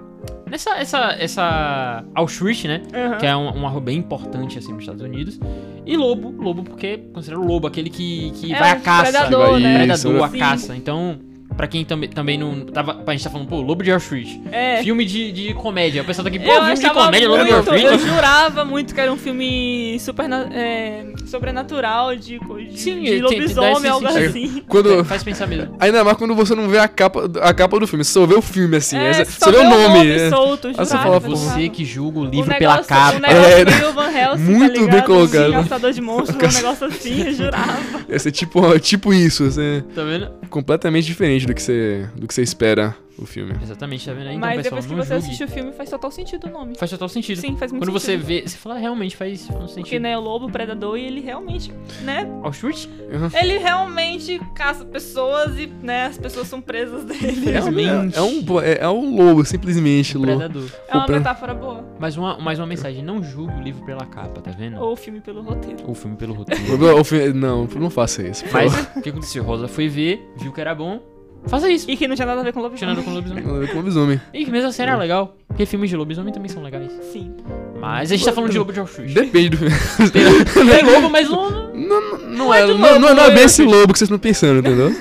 Speaker 2: Nessa. Essa. Essa. Auschwitz, né?
Speaker 1: Aham.
Speaker 2: Que é um, um arro bem importante assim nos Estados Unidos. E lobo, lobo porque é considerado lobo, aquele que, que
Speaker 1: É
Speaker 2: vai à
Speaker 1: um
Speaker 2: caça.
Speaker 1: predador,
Speaker 3: Vai
Speaker 1: né?
Speaker 3: isso,
Speaker 2: Predador, a
Speaker 1: Sim.
Speaker 2: caça. Então, pra quem também também não. Tava, a gente tá falando, pô, Lobo de Wall Street.
Speaker 1: É.
Speaker 2: Filme de, de comédia. O pessoal tá aqui, pô,
Speaker 1: Eu
Speaker 2: filme de
Speaker 1: achava
Speaker 2: comédia, Lobo de Wall
Speaker 1: muito,
Speaker 2: Street.
Speaker 1: eu jurava muito que era um filme superna- é, sobrenatural de, co- de,
Speaker 2: Sim,
Speaker 1: de
Speaker 2: tem- tem- dá esse
Speaker 1: lobisomem, algo
Speaker 2: sentido.
Speaker 1: assim.
Speaker 3: Quando,
Speaker 2: É, Faz pensar mesmo.
Speaker 3: ainda mais quando você não vê a capa, a capa do filme, você só vê o filme assim, é, você
Speaker 1: só
Speaker 3: só vê o
Speaker 1: veio
Speaker 3: nome. é.
Speaker 1: solto,
Speaker 3: você
Speaker 1: jurava,
Speaker 3: fala,
Speaker 1: jurava.
Speaker 2: Você que julga o
Speaker 1: O
Speaker 2: livro pela
Speaker 1: negócio-
Speaker 2: capa.
Speaker 1: O negócio
Speaker 3: É.
Speaker 1: meio Van Helsing, tá
Speaker 3: Muito bem
Speaker 1: ligado?
Speaker 3: colocado.
Speaker 1: Um caçador de monstros, um negócio assim, eu
Speaker 2: Então,
Speaker 1: jurava.
Speaker 3: Ia ser tipo, (laughs) tipo isso, assim,
Speaker 2: Tá vendo?
Speaker 3: completamente diferente do que você, do que você espera o filme.
Speaker 2: Exatamente, tá vendo? Então,
Speaker 1: Mas
Speaker 2: pessoal,
Speaker 1: depois que
Speaker 2: não
Speaker 1: você
Speaker 2: julgue.
Speaker 1: assiste o filme, faz total sentido o nome.
Speaker 2: Faz total sentido.
Speaker 1: Sim, faz muito
Speaker 2: Quando você
Speaker 1: sentido.
Speaker 2: vê, você fala, "Ah, realmente faz faz
Speaker 1: Porque,
Speaker 2: sentido.
Speaker 1: né, o lobo, o predador, e ele realmente, né,
Speaker 2: Auschwitz?
Speaker 3: Uhum.
Speaker 1: ele realmente caça pessoas e, né, as pessoas são presas dele.
Speaker 2: É um-
Speaker 3: É um, pô, é, é um lobo, simplesmente lobo.
Speaker 2: Predador.
Speaker 1: É uma
Speaker 3: o pre-
Speaker 1: metáfora boa.
Speaker 2: Mais uma, mais uma mensagem, não julgue o livro pela capa, tá vendo?
Speaker 1: Ou o filme pelo roteiro.
Speaker 2: Ou o filme pelo roteiro. (laughs)
Speaker 3: O filme- Não, não faça isso. por
Speaker 2: Mas
Speaker 3: favor.
Speaker 2: o que aconteceu? Rosa foi ver, viu que era bom. Faça isso.
Speaker 1: E que não tinha nada a ver com lobisomem.
Speaker 2: Tirando com lobisomem.
Speaker 3: Nada a ver com É um lobisomem.
Speaker 2: E que mesmo assim era legal. Porque filmes de lobisomem também são legais.
Speaker 1: Sim.
Speaker 2: Mas a gente tá falando de lobo de
Speaker 3: (laughs)
Speaker 2: Auschwitz.
Speaker 3: Depende do filme.
Speaker 2: Tem lobo,
Speaker 1: (laughs)
Speaker 2: mas não.
Speaker 3: Não, não, não
Speaker 1: é
Speaker 3: é,
Speaker 1: do
Speaker 3: não, não, não é
Speaker 2: né?
Speaker 1: lobo,
Speaker 3: bem
Speaker 1: é
Speaker 3: esse lobo que vocês estão pensando, entendeu?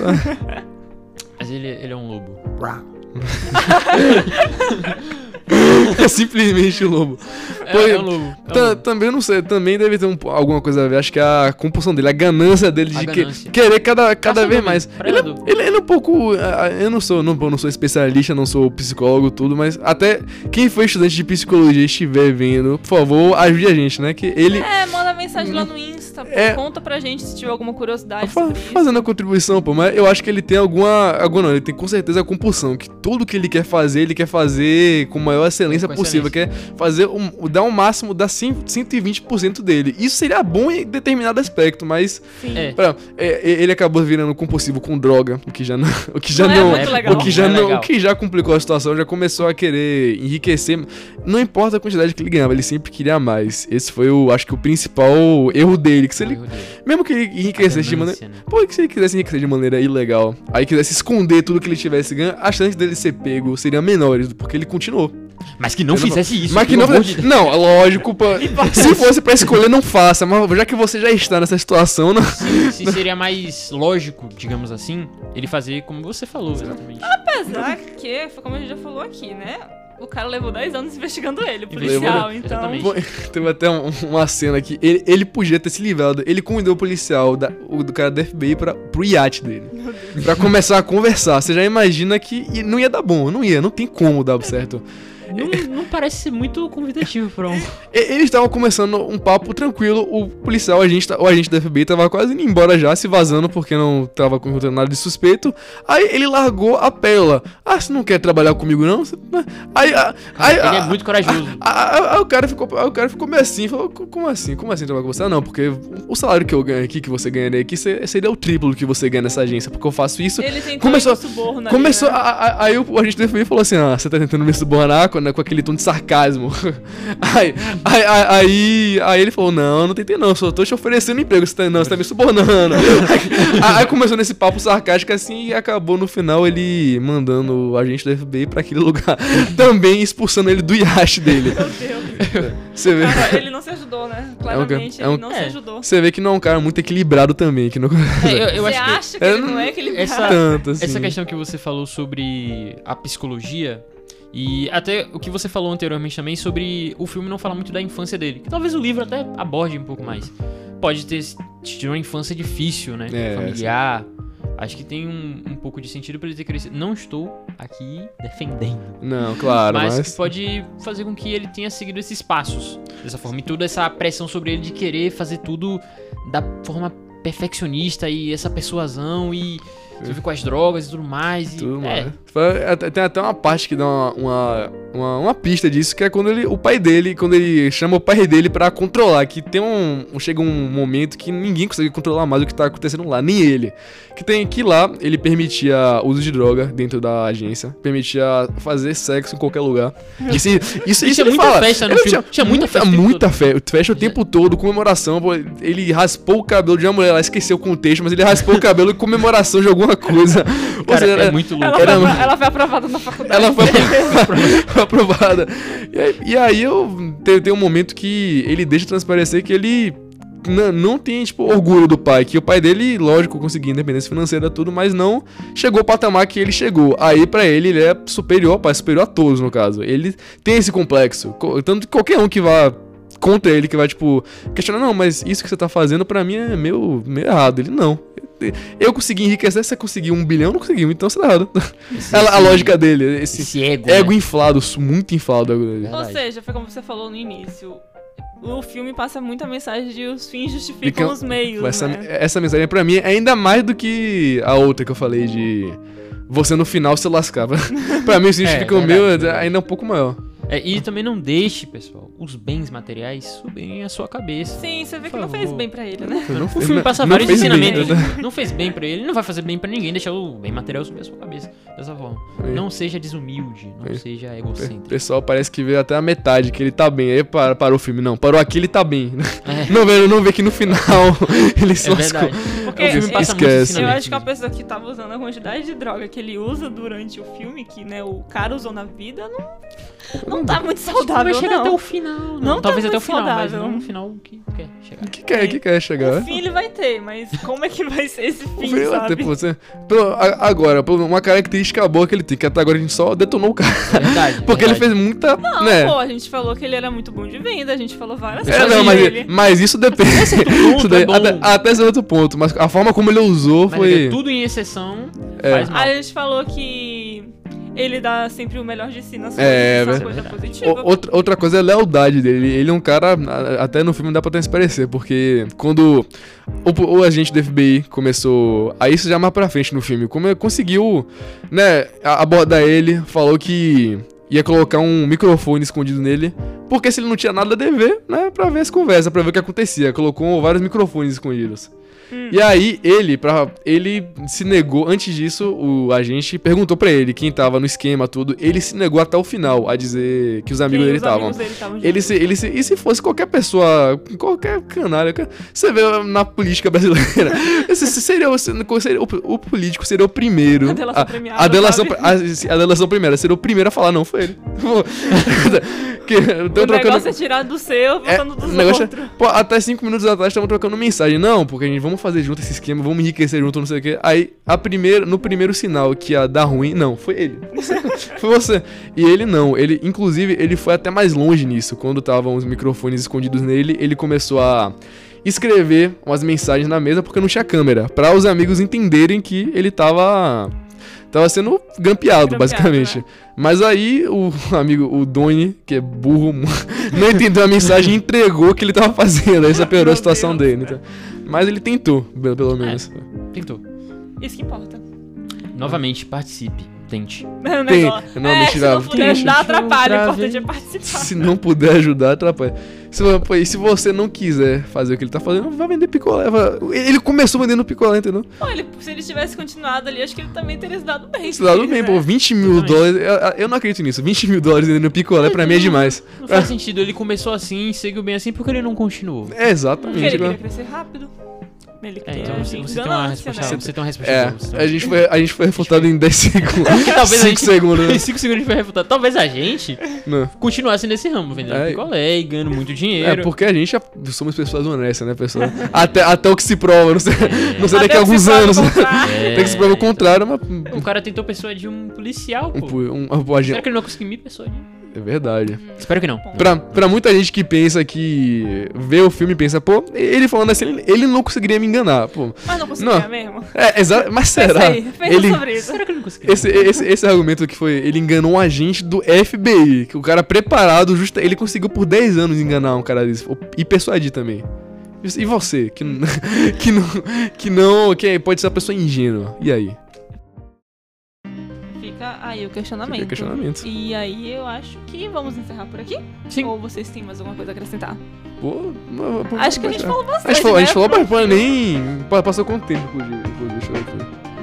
Speaker 2: Mas ele, ele é um lobo.
Speaker 3: É simplesmente o lobo. Pô,
Speaker 2: É, é um lobo. é um
Speaker 3: Ta-
Speaker 2: lobo.
Speaker 3: também não sei, também deve ter um po- alguma coisa a ver. Acho que a compulsão dele, a ganância dele
Speaker 2: A
Speaker 3: de que-
Speaker 2: ganância.
Speaker 3: querer cada, cada
Speaker 2: Caçador
Speaker 3: vez
Speaker 2: mesmo,
Speaker 3: mais. Ele é,
Speaker 2: predador.
Speaker 3: ele, ele é um pouco. a- a- Eu não sou, não, eu não sou especialista, não sou psicólogo, tudo, mas até quem foi estudante de psicologia e estiver vendo, por favor, ajude a gente, né? Que ele.
Speaker 1: É, manda mensagem lá no Insta, pô.
Speaker 3: É.
Speaker 1: Conta pra gente se tiver alguma curiosidade
Speaker 3: Fa-
Speaker 1: sobre isso.
Speaker 3: Fazendo a contribuição, pô, mas eu acho que ele tem alguma. alguma não, ele tem com certeza a compulsão. Que tudo que ele quer fazer, ele quer fazer com a maior excelência
Speaker 2: Com
Speaker 3: possível. Quer fazer um, dar o máximo, dar 100, 120% dele. Isso seria bom em determinado aspecto, mas.
Speaker 1: Sim.
Speaker 2: É.
Speaker 3: pra- é, é, ele acabou virando compulsivo com droga, o que já não. (laughs) O que já
Speaker 1: Não é
Speaker 3: não.
Speaker 1: muito legal.
Speaker 3: O que já
Speaker 2: Não é
Speaker 3: não,
Speaker 2: legal.
Speaker 3: o que já complicou a situação, já começou a querer enriquecer. Não importa a quantidade que ele ganhava, ele sempre queria mais. Esse foi o, acho que o principal erro dele, que se ele, mesmo que ele enriquecesse de maneira,
Speaker 2: né?
Speaker 3: Pô, e que se ele quisesse enriquecer de maneira ilegal, aí quisesse esconder tudo que ele tivesse ganho, a chance dele ser pego seria menores, porque ele continuou.
Speaker 2: Mas que não
Speaker 3: Eu não-
Speaker 2: fizesse isso.
Speaker 3: mas que
Speaker 2: pelo
Speaker 3: não,
Speaker 2: amor de Deus.
Speaker 3: (laughs) não, lógico, (laughs) pa- se fosse pra escolher, não faça, mas já que você já está nessa situação, (laughs) não...
Speaker 2: Se seria mais lógico, digamos assim, ele fazer como você falou, exatamente.
Speaker 1: Apesar que, foi como a gente já falou aqui, né? O cara levou 10 anos investigando ele, o
Speaker 2: Levou,
Speaker 1: policial,
Speaker 2: né?
Speaker 1: então.
Speaker 2: Exatamente.
Speaker 3: teve até um- uma cena que ele, ele podia ter se livrado, ele convidou o policial da- o, do cara da FBI pra, pro iate dele, pra começar a conversar, você já imagina que e não ia dar bom, não ia, não tem como dar certo.
Speaker 2: Não, não parece ser muito convidativo pra um.
Speaker 3: E- Eles estavam começando um papo tranquilo, o policial, o agente, ta- o agente da FBI tava quase indo embora já, se vazando porque não tava encontrando nada de suspeito. Aí ele largou a pérola. Ah, você não quer trabalhar comigo não? Você- Aí, a- aí,
Speaker 2: Ele é
Speaker 3: a-
Speaker 2: muito corajoso.
Speaker 3: a- a- aí o cara ficou, aí o cara ficou meio assim, falou, "Co- como assim? Como assim trabalhar com você? Ah, não, porque o salário que eu ganho aqui, que você ganharia aqui, se- seria o triplo do que você ganha nessa agência, porque eu faço isso.
Speaker 1: Ele tentou
Speaker 3: Começou-
Speaker 1: ir pro suborno ali,
Speaker 3: Começou,
Speaker 1: né?
Speaker 3: a- a- aí o agente do FBI falou assim, ah, você tá tentando me subornar com, né, com aquele tom de sarcasmo. (laughs) aí, aí, aí, aí- aí ele falou, não, não tentei não, só tô te oferecendo emprego, você tá, não, você tá me subornando. (laughs) aí, aí começou nesse papo sarcástico assim e acabou no final ele mandando o agente do FBI pra aquele lugar. (laughs) Também expulsando ele do iate dele.
Speaker 1: Meu Deus.
Speaker 3: Você vê...
Speaker 1: Cara, ele não se ajudou, né? Claramente,
Speaker 3: é um-
Speaker 1: ele não se
Speaker 2: é.
Speaker 1: ajudou.
Speaker 3: Você vê que não é um cara muito equilibrado também, que não (laughs)
Speaker 2: É, eu, eu
Speaker 1: Você
Speaker 2: acho que
Speaker 1: acha que
Speaker 3: É,
Speaker 1: ele não é equilibrado? (laughs)
Speaker 2: essa-
Speaker 3: tanto assim.
Speaker 2: Essa questão que você falou sobre a psicologia e até o que você falou anteriormente também sobre o filme não falar muito da infância dele. Que talvez o livro até aborde um pouco mais. Pode ter tido uma infância difícil, né?
Speaker 3: É,
Speaker 2: Familiar. Acho que tem um, um pouco de sentido pra ele ter crescido. Não estou aqui defendendo.
Speaker 3: Não, claro,
Speaker 2: mas,
Speaker 3: mas...
Speaker 2: que pode fazer com que ele tenha seguido esses passos. Dessa forma. E toda essa pressão sobre ele de querer fazer tudo da forma perfeccionista e essa persuasão e. Você fica com as drogas e tudo mais. E,
Speaker 3: É. Tudo
Speaker 2: é,
Speaker 3: mais. Foi- até- Tem até uma parte que dá uma, uma, uma, uma pista disso, que é quando ele, o pai dele, quando ele chama o pai dele pra controlar, que tem um, um- chega um momento que ninguém consegue controlar mais o que tá acontecendo lá, nem ele. Que tem que lá ele permitia uso de droga dentro da agência, permitia fazer sexo em
Speaker 2: (laughs)
Speaker 3: qualquer lugar. Isso, isso, isso,
Speaker 2: Isso é
Speaker 3: ele
Speaker 2: muita
Speaker 3: fala.
Speaker 2: festa no
Speaker 3: Ele
Speaker 2: filme. Tinha muita festa o tempo
Speaker 3: muita
Speaker 2: todo.
Speaker 3: fe- festa o tempo todo, comemoração. pô, Ele raspou o cabelo de uma mulher, ela esqueceu o contexto, mas ele raspou o cabelo em comemoração de alguma coisa.
Speaker 2: (laughs)
Speaker 3: Ou
Speaker 2: Cara,
Speaker 3: seja,
Speaker 2: é muito louco.
Speaker 1: Ela,
Speaker 3: Era-
Speaker 1: foi, apro- ela foi aprovada na faculdade.
Speaker 3: ela foi apro- (laughs) aprovada. E aí, e aí eu tem, tem um momento que ele deixa transparecer que ele na- não tem, tipo, orgulho do pai. Que o pai dele, lógico, conseguiu independência financeira, tudo, mas não chegou ao patamar que ele chegou. Aí, pra ele, ele é superior ao pai, superior a todos, no caso. Ele tem esse complexo. Co- Tanto que qualquer um que vá contra ele, que vai, tipo, questionar, não, mas isso que você tá fazendo, pra mim, é meio, meio errado. Ele, não. Eu consegui enriquecer, você conseguiu um bilhão, não conseguiu, então você tá errado. (laughs) a, a lógica dele, esse,
Speaker 2: Esse ego.
Speaker 3: Ego
Speaker 2: né?
Speaker 3: inflado, su- muito inflado o ego dele.
Speaker 1: Ou
Speaker 2: Verdade.
Speaker 1: seja, foi como você falou no início. O filme passa muita mensagem de os fins justificam
Speaker 3: Ficam-
Speaker 1: os meios,
Speaker 3: Essa,
Speaker 1: né?
Speaker 3: essa mensagem pra mim é ainda mais do que a outra que eu falei de você no final se lascava. (laughs) pra mim o significa o meu
Speaker 2: verdade, verdade.
Speaker 3: ainda um pouco maior.
Speaker 2: É, e também não deixe, pessoal, os bens materiais subirem a sua cabeça.
Speaker 1: Sim, você vê que
Speaker 2: Por
Speaker 1: não fez
Speaker 2: favor.
Speaker 1: bem pra ele, né?
Speaker 2: (laughs)
Speaker 3: Não-
Speaker 2: O filme
Speaker 3: não-
Speaker 2: passa
Speaker 3: não
Speaker 2: vários
Speaker 3: fez bem,
Speaker 2: ensinamentos.
Speaker 3: né?
Speaker 2: Não fez bem pra ele, não vai fazer bem pra ninguém deixar o bem material subir a sua cabeça. Dessa forma.
Speaker 3: É.
Speaker 2: Não seja desumilde, não
Speaker 3: É.
Speaker 2: seja
Speaker 3: O
Speaker 2: egocêntrico.
Speaker 3: pessoal parece que vê até a metade que ele tá bem. Aí para, parou o filme, não. Parou aqui, ele tá bem.
Speaker 2: É.
Speaker 3: (laughs) Não vê, não vê que no final (laughs) ele se
Speaker 2: É
Speaker 3: lascou.
Speaker 2: verdade.
Speaker 1: Porque
Speaker 2: O filme
Speaker 1: eu,
Speaker 2: passa
Speaker 3: Esquece.
Speaker 2: muitos
Speaker 1: eu
Speaker 2: ensinamentos.
Speaker 1: acho que a pessoa que tava usando a quantidade de droga que ele usa durante o filme, que né, o cara usou na vida, não, não tá muito saudável,
Speaker 2: Talvez chegue
Speaker 1: não.
Speaker 2: até o final.
Speaker 1: Não tá
Speaker 2: talvez até o
Speaker 1: muito
Speaker 2: final,
Speaker 1: saudável.
Speaker 2: mas não no final que quer chegar.
Speaker 3: O que que é que quer chegar?
Speaker 1: O fim ele vai ter, mas como é que vai ser esse fim,
Speaker 3: Vê lá,
Speaker 1: sabe?
Speaker 3: tipo, você- pelo- a- agora, pelo- uma característica boa que ele tem, que até agora a gente só detonou o cara.
Speaker 2: É Verdade.
Speaker 3: Porque
Speaker 2: é
Speaker 3: ele
Speaker 2: verdade.
Speaker 3: fez muita.
Speaker 1: Não,
Speaker 3: né?
Speaker 1: pô, a gente falou que ele era muito bom de venda, a gente falou várias
Speaker 3: É,
Speaker 1: coisas
Speaker 3: não, mas,
Speaker 1: dele.
Speaker 3: mas isso depende.
Speaker 2: ponto
Speaker 3: Isso daí-
Speaker 2: é bom.
Speaker 3: até, até esse outro ponto, mas a forma como ele usou
Speaker 2: Mas é
Speaker 3: foi. É.
Speaker 2: que tudo em exceção faz mal.
Speaker 1: Aí a gente falou que ele dá sempre o melhor de si nas coisas.
Speaker 3: É,
Speaker 1: isso é
Speaker 3: ver-
Speaker 1: uma coisa positiva.
Speaker 3: O- outra, outra coisa é a lealdade dele. Ele é um cara. a- Até no filme dá pra transparecer, porque quando o, o agente do FBI começou. a isso já mais pra frente no filme. Como ele conseguiu, né, a- abordar ele, falou que ia colocar um microfone escondido nele. Porque se ele não tinha nada a dever, né, pra ver as conversas, pra ver o que acontecia. Colocou vários microfones escondidos.
Speaker 1: Hum.
Speaker 3: E aí, ele, pra, ele se negou, antes disso, o agente perguntou pra ele quem tava no esquema, tudo. Ele se negou até o final a dizer que os amigos
Speaker 1: Quem
Speaker 3: dele
Speaker 1: os
Speaker 3: estavam.
Speaker 1: amigos dele estavam
Speaker 3: Ele
Speaker 1: juntos.
Speaker 3: se, ele se, e se fosse qualquer pessoa, qualquer canalha, cara, você vê na política brasileira, (laughs) esse seria, o- seria o, o político seria o primeiro.
Speaker 1: A delação
Speaker 3: a-
Speaker 1: premiada,
Speaker 3: A delação,
Speaker 1: sabe?
Speaker 3: a, a delação primeira, seria o primeiro a falar, não, foi ele. (laughs) que, eu tô
Speaker 1: o
Speaker 3: trocando-
Speaker 1: negócio é tirar do seu,
Speaker 3: é,
Speaker 1: botando dos
Speaker 3: o negócio é-
Speaker 1: outros.
Speaker 3: pô, até cinco minutos atrás estavam trocando mensagem. Não, porque a gente vamos fazer junto esse esquema, vamos enriquecer junto, não sei o quê. Aí, a primeira, no primeiro sinal que ia dar ruim, não, foi ele. (laughs) foi você. E ele não. Ele, inclusive, ele foi até mais longe nisso. Quando estavam os microfones escondidos nele, ele começou a escrever umas mensagens na mesa porque não tinha câmera. Pra os amigos entenderem que ele tava. Tava sendo
Speaker 1: Grampeado,
Speaker 3: gampeado, basicamente.
Speaker 1: né?
Speaker 3: Mas aí o (laughs) amigo, o Doni, que é burro, não
Speaker 2: (laughs)
Speaker 3: entendeu a mensagem e entregou o que ele tava fazendo. Aí só piorou
Speaker 1: Meu
Speaker 3: a situação
Speaker 1: Deus.
Speaker 3: dele. então. Mas ele tentou, be- pelo menos.
Speaker 2: É. Tentou.
Speaker 1: Isso que importa. (laughs)
Speaker 2: Novamente, participe. Tente.
Speaker 1: É o negócio.
Speaker 3: Não,
Speaker 1: é,
Speaker 3: mentira.
Speaker 1: se não puder
Speaker 2: Tente,
Speaker 1: ajudar, atrapalha. O
Speaker 2: trave.
Speaker 1: importante é participar.
Speaker 3: Se não puder ajudar, atrapalha. Se, vo- pô, e se você não quiser fazer o que ele tá fazendo, vai vender picolé. vai- Ele começou vendendo picolé, entendeu?
Speaker 1: Pô, ele- se ele tivesse continuado ali, acho que ele também teria se dado bem.
Speaker 3: Se dado bem,
Speaker 1: né?
Speaker 3: pô, 20 mil
Speaker 2: Exatamente.
Speaker 3: dólares. eu- Eu não acredito nisso. 20 mil dólares vendendo picolé pra mim é demais.
Speaker 2: Não faz sentido, ele começou assim, seguiu bem assim, porque ele não continuou.
Speaker 3: É,
Speaker 1: Porque ele
Speaker 3: exatamente.
Speaker 1: queria
Speaker 3: né?
Speaker 1: crescer rápido. Ele
Speaker 2: É,
Speaker 1: queria
Speaker 2: então você, você tem uma
Speaker 1: ganância,
Speaker 2: resposta.
Speaker 1: né?
Speaker 2: Você tem uma resposta.
Speaker 3: É,
Speaker 2: boa, você tem
Speaker 3: a gente foi, a gente foi refutado em 10
Speaker 2: (laughs)
Speaker 3: segundos.
Speaker 2: Talvez a
Speaker 3: 5
Speaker 2: gente- (laughs)
Speaker 3: segundos.
Speaker 2: Em
Speaker 3: né?
Speaker 2: 5 segundos a gente vai refutar. Talvez a gente
Speaker 3: Não.
Speaker 2: continuasse nesse ramo, vendendo
Speaker 3: É.
Speaker 2: picolé e ganhando muito dinheiro.
Speaker 3: É, porque a gente é- somos pessoas honestas, né, pessoal? até, até o que se
Speaker 2: (laughs)
Speaker 3: prova, não sei, não sei
Speaker 1: Até
Speaker 3: daqui a
Speaker 1: se
Speaker 3: alguns
Speaker 1: fala o
Speaker 3: anos. né?
Speaker 1: contrário.
Speaker 2: É,
Speaker 3: Tem que se provar o
Speaker 2: então,
Speaker 3: contrário, mas.
Speaker 2: O cara tentou persuadir um policial,
Speaker 3: um-
Speaker 2: pô.
Speaker 3: um- um- a
Speaker 2: Será
Speaker 3: gente-
Speaker 2: que ele não vai conseguir me um? persuadir?
Speaker 3: É verdade.
Speaker 2: Espero que não.
Speaker 3: Pra, pra muita gente que pensa que vê o filme e pensa, pô, ele falando assim, ele, ele não conseguiria me enganar, pô.
Speaker 1: Mas não conseguia
Speaker 3: Não. (laughs)
Speaker 1: mesmo.
Speaker 3: É, exa- mas será?
Speaker 1: Pensa aí, pensa
Speaker 3: ele,
Speaker 1: sobre isso.
Speaker 2: Será que ele não conseguiu?
Speaker 3: Esse, esse, esse argumento que foi, ele enganou um agente do FBI, que o cara preparado, justa, ele conseguiu por 10 anos enganar um cara desse, e persuadir também. E você, que, n- (laughs) que não, que não, que pode ser uma pessoa ingênua, e aí?
Speaker 1: Fica aí o
Speaker 3: Fica
Speaker 1: questionamento.
Speaker 3: é questionamento.
Speaker 1: E aí eu acho que vamos encerrar por aqui.
Speaker 2: Sim.
Speaker 1: Ou vocês têm mais alguma coisa a acrescentar?
Speaker 3: Pô, não, pô,
Speaker 1: Acho que a gente
Speaker 3: deixa-
Speaker 1: falou bastante.
Speaker 3: A gente falou, a gente
Speaker 1: né?
Speaker 3: falou,
Speaker 1: Pro-
Speaker 3: mas pô, nem pa- passou quanto tempo, inclusive, inclusive, deixa eu ver aqui.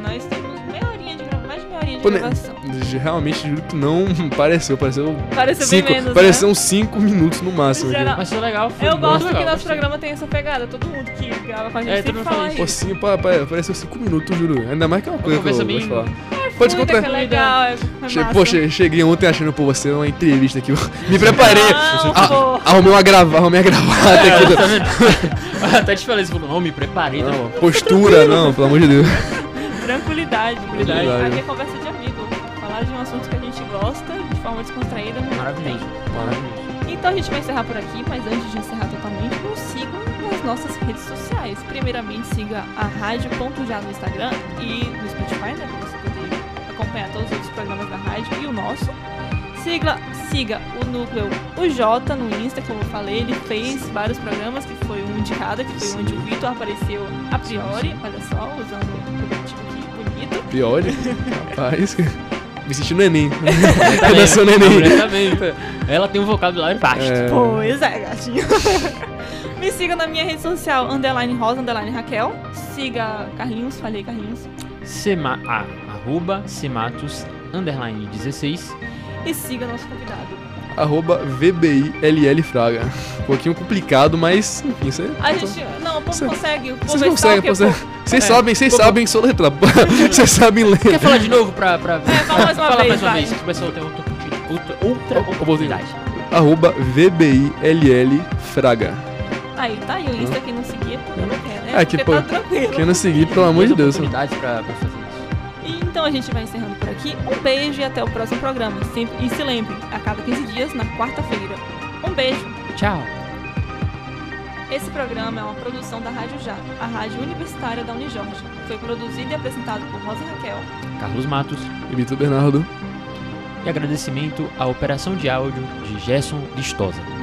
Speaker 1: Nós temos meia horinha de gravação, mais de meia horinha de
Speaker 3: Pô, né?
Speaker 1: gravação.
Speaker 3: Realmente juro que não (laughs) pareceu, pareceu
Speaker 1: Pareceu
Speaker 3: cinco, um
Speaker 1: bem menos. né?
Speaker 3: pareceu uns 5 minutos no máximo.
Speaker 1: Geral-
Speaker 3: Aqui.
Speaker 2: Mas foi legal. Foi
Speaker 1: Né? Eu
Speaker 2: muito
Speaker 1: gosto
Speaker 2: legal,
Speaker 1: que nosso
Speaker 2: gostei.
Speaker 1: programa tem essa pegada. Todo mundo que grava com a gente
Speaker 2: É, todo
Speaker 1: sempre
Speaker 2: mundo
Speaker 1: fala
Speaker 2: fala
Speaker 1: isso.
Speaker 3: Pô, sim, pa- pa- pareceu 5 minutos, juro. Ainda mais que é uma coisa que eu
Speaker 2: conversa
Speaker 3: vou te
Speaker 2: bem-
Speaker 3: falar. Pode
Speaker 1: Muito,
Speaker 3: contar.
Speaker 1: que é legal, é,
Speaker 3: Che-
Speaker 1: é massa.
Speaker 3: Pô, che- cheguei ontem achando, pô, você é uma entrevista aqui. (laughs) Me preparei.
Speaker 1: Não,
Speaker 3: Ah,
Speaker 1: pô.
Speaker 3: arrumei uma grava, arrumei a gravata aqui. do-
Speaker 2: (laughs) Até te falei, você falou, não, me preparei. tá
Speaker 3: Não, postura, não, pelo amor de Deus.
Speaker 1: Tranquilidade,
Speaker 2: Tranquilidade.
Speaker 1: Aqui é conversa de amigo. Falar de um assunto que a gente gosta, de forma descontraída, né? não
Speaker 2: Maravilhoso. Maravilhoso.
Speaker 1: Então a gente vai encerrar por aqui, mas antes de encerrar totalmente, nos sigam nas nossas redes sociais. Primeiramente, siga a rádio.já no Instagram e no Spotify, né? Pra você poder acompanhar todos os outros programas da rádio e o nosso. Siga, siga o núcleo o Jota no Insta, como eu falei, ele fez vários programas, que foi um de cada, que foi
Speaker 3: Sim.
Speaker 1: onde o Vitor apareceu a priori, olha só, usando o curativo aqui, bonito.
Speaker 3: Pior, olha, rapaz. Me senti neném.
Speaker 2: Tá bem,
Speaker 3: dançou
Speaker 2: né?
Speaker 3: neném.
Speaker 2: A mulher tá bem. Ela tem um vocabulário vasto.
Speaker 3: É.
Speaker 1: Pois é, gatinho. (laughs) Me siga na minha rede social, underline rosa, underline Raquel. Siga Carlinhos, falei Carlinhos.
Speaker 2: É. Sema, a, arroba sematos underline (laughs) 16.
Speaker 1: E siga nosso convidado.
Speaker 3: Arroba VBILL Fraga. Um pouquinho complicado, mas enfim, você.
Speaker 1: A gente. Não, o povo
Speaker 3: Cê-
Speaker 1: consegue. O povo
Speaker 3: Vocês
Speaker 1: é
Speaker 3: conseguem,
Speaker 1: stalker,
Speaker 3: vocês
Speaker 1: pô.
Speaker 3: vocês
Speaker 2: É.
Speaker 3: sabem, vocês
Speaker 2: Pô, pô.
Speaker 3: sabem soletrar.
Speaker 1: (laughs)
Speaker 3: (laughs) Vocês sabem
Speaker 2: Quer
Speaker 3: ler.
Speaker 2: falar de novo pra. pra
Speaker 1: fala mais uma
Speaker 2: (laughs) fala
Speaker 1: vez,
Speaker 2: mais uma
Speaker 1: É, vai.
Speaker 2: vez, que o pessoal tem outra, oportuni- outra, outra
Speaker 3: Oportunidade.
Speaker 2: oportunidade.
Speaker 3: Arroba VBILL Fraga.
Speaker 1: Aí, tá aí o Insta, quem não seguir, porque não quer, né?
Speaker 3: É, que,
Speaker 1: Porque
Speaker 3: pô,
Speaker 1: tá tranquilo.
Speaker 3: Quem não seguir, pelo amor de Deus.
Speaker 2: Oportunidades pra, pra fazer isso.
Speaker 1: E Então a gente vai encerrando por aqui. Um beijo e até o próximo programa. Sempre- E se lembrem, a cada 15 dias, na quarta-feira. Um beijo.
Speaker 2: Tchau.
Speaker 1: Esse programa é uma produção da Rádio Já, a rádio universitária da Unijorge. Foi produzido e apresentado por Rosa Raquel.
Speaker 2: Carlos Matos.
Speaker 3: E Vitor Bernardo.
Speaker 2: e agradecimento à operação de áudio de Gerson Listosa.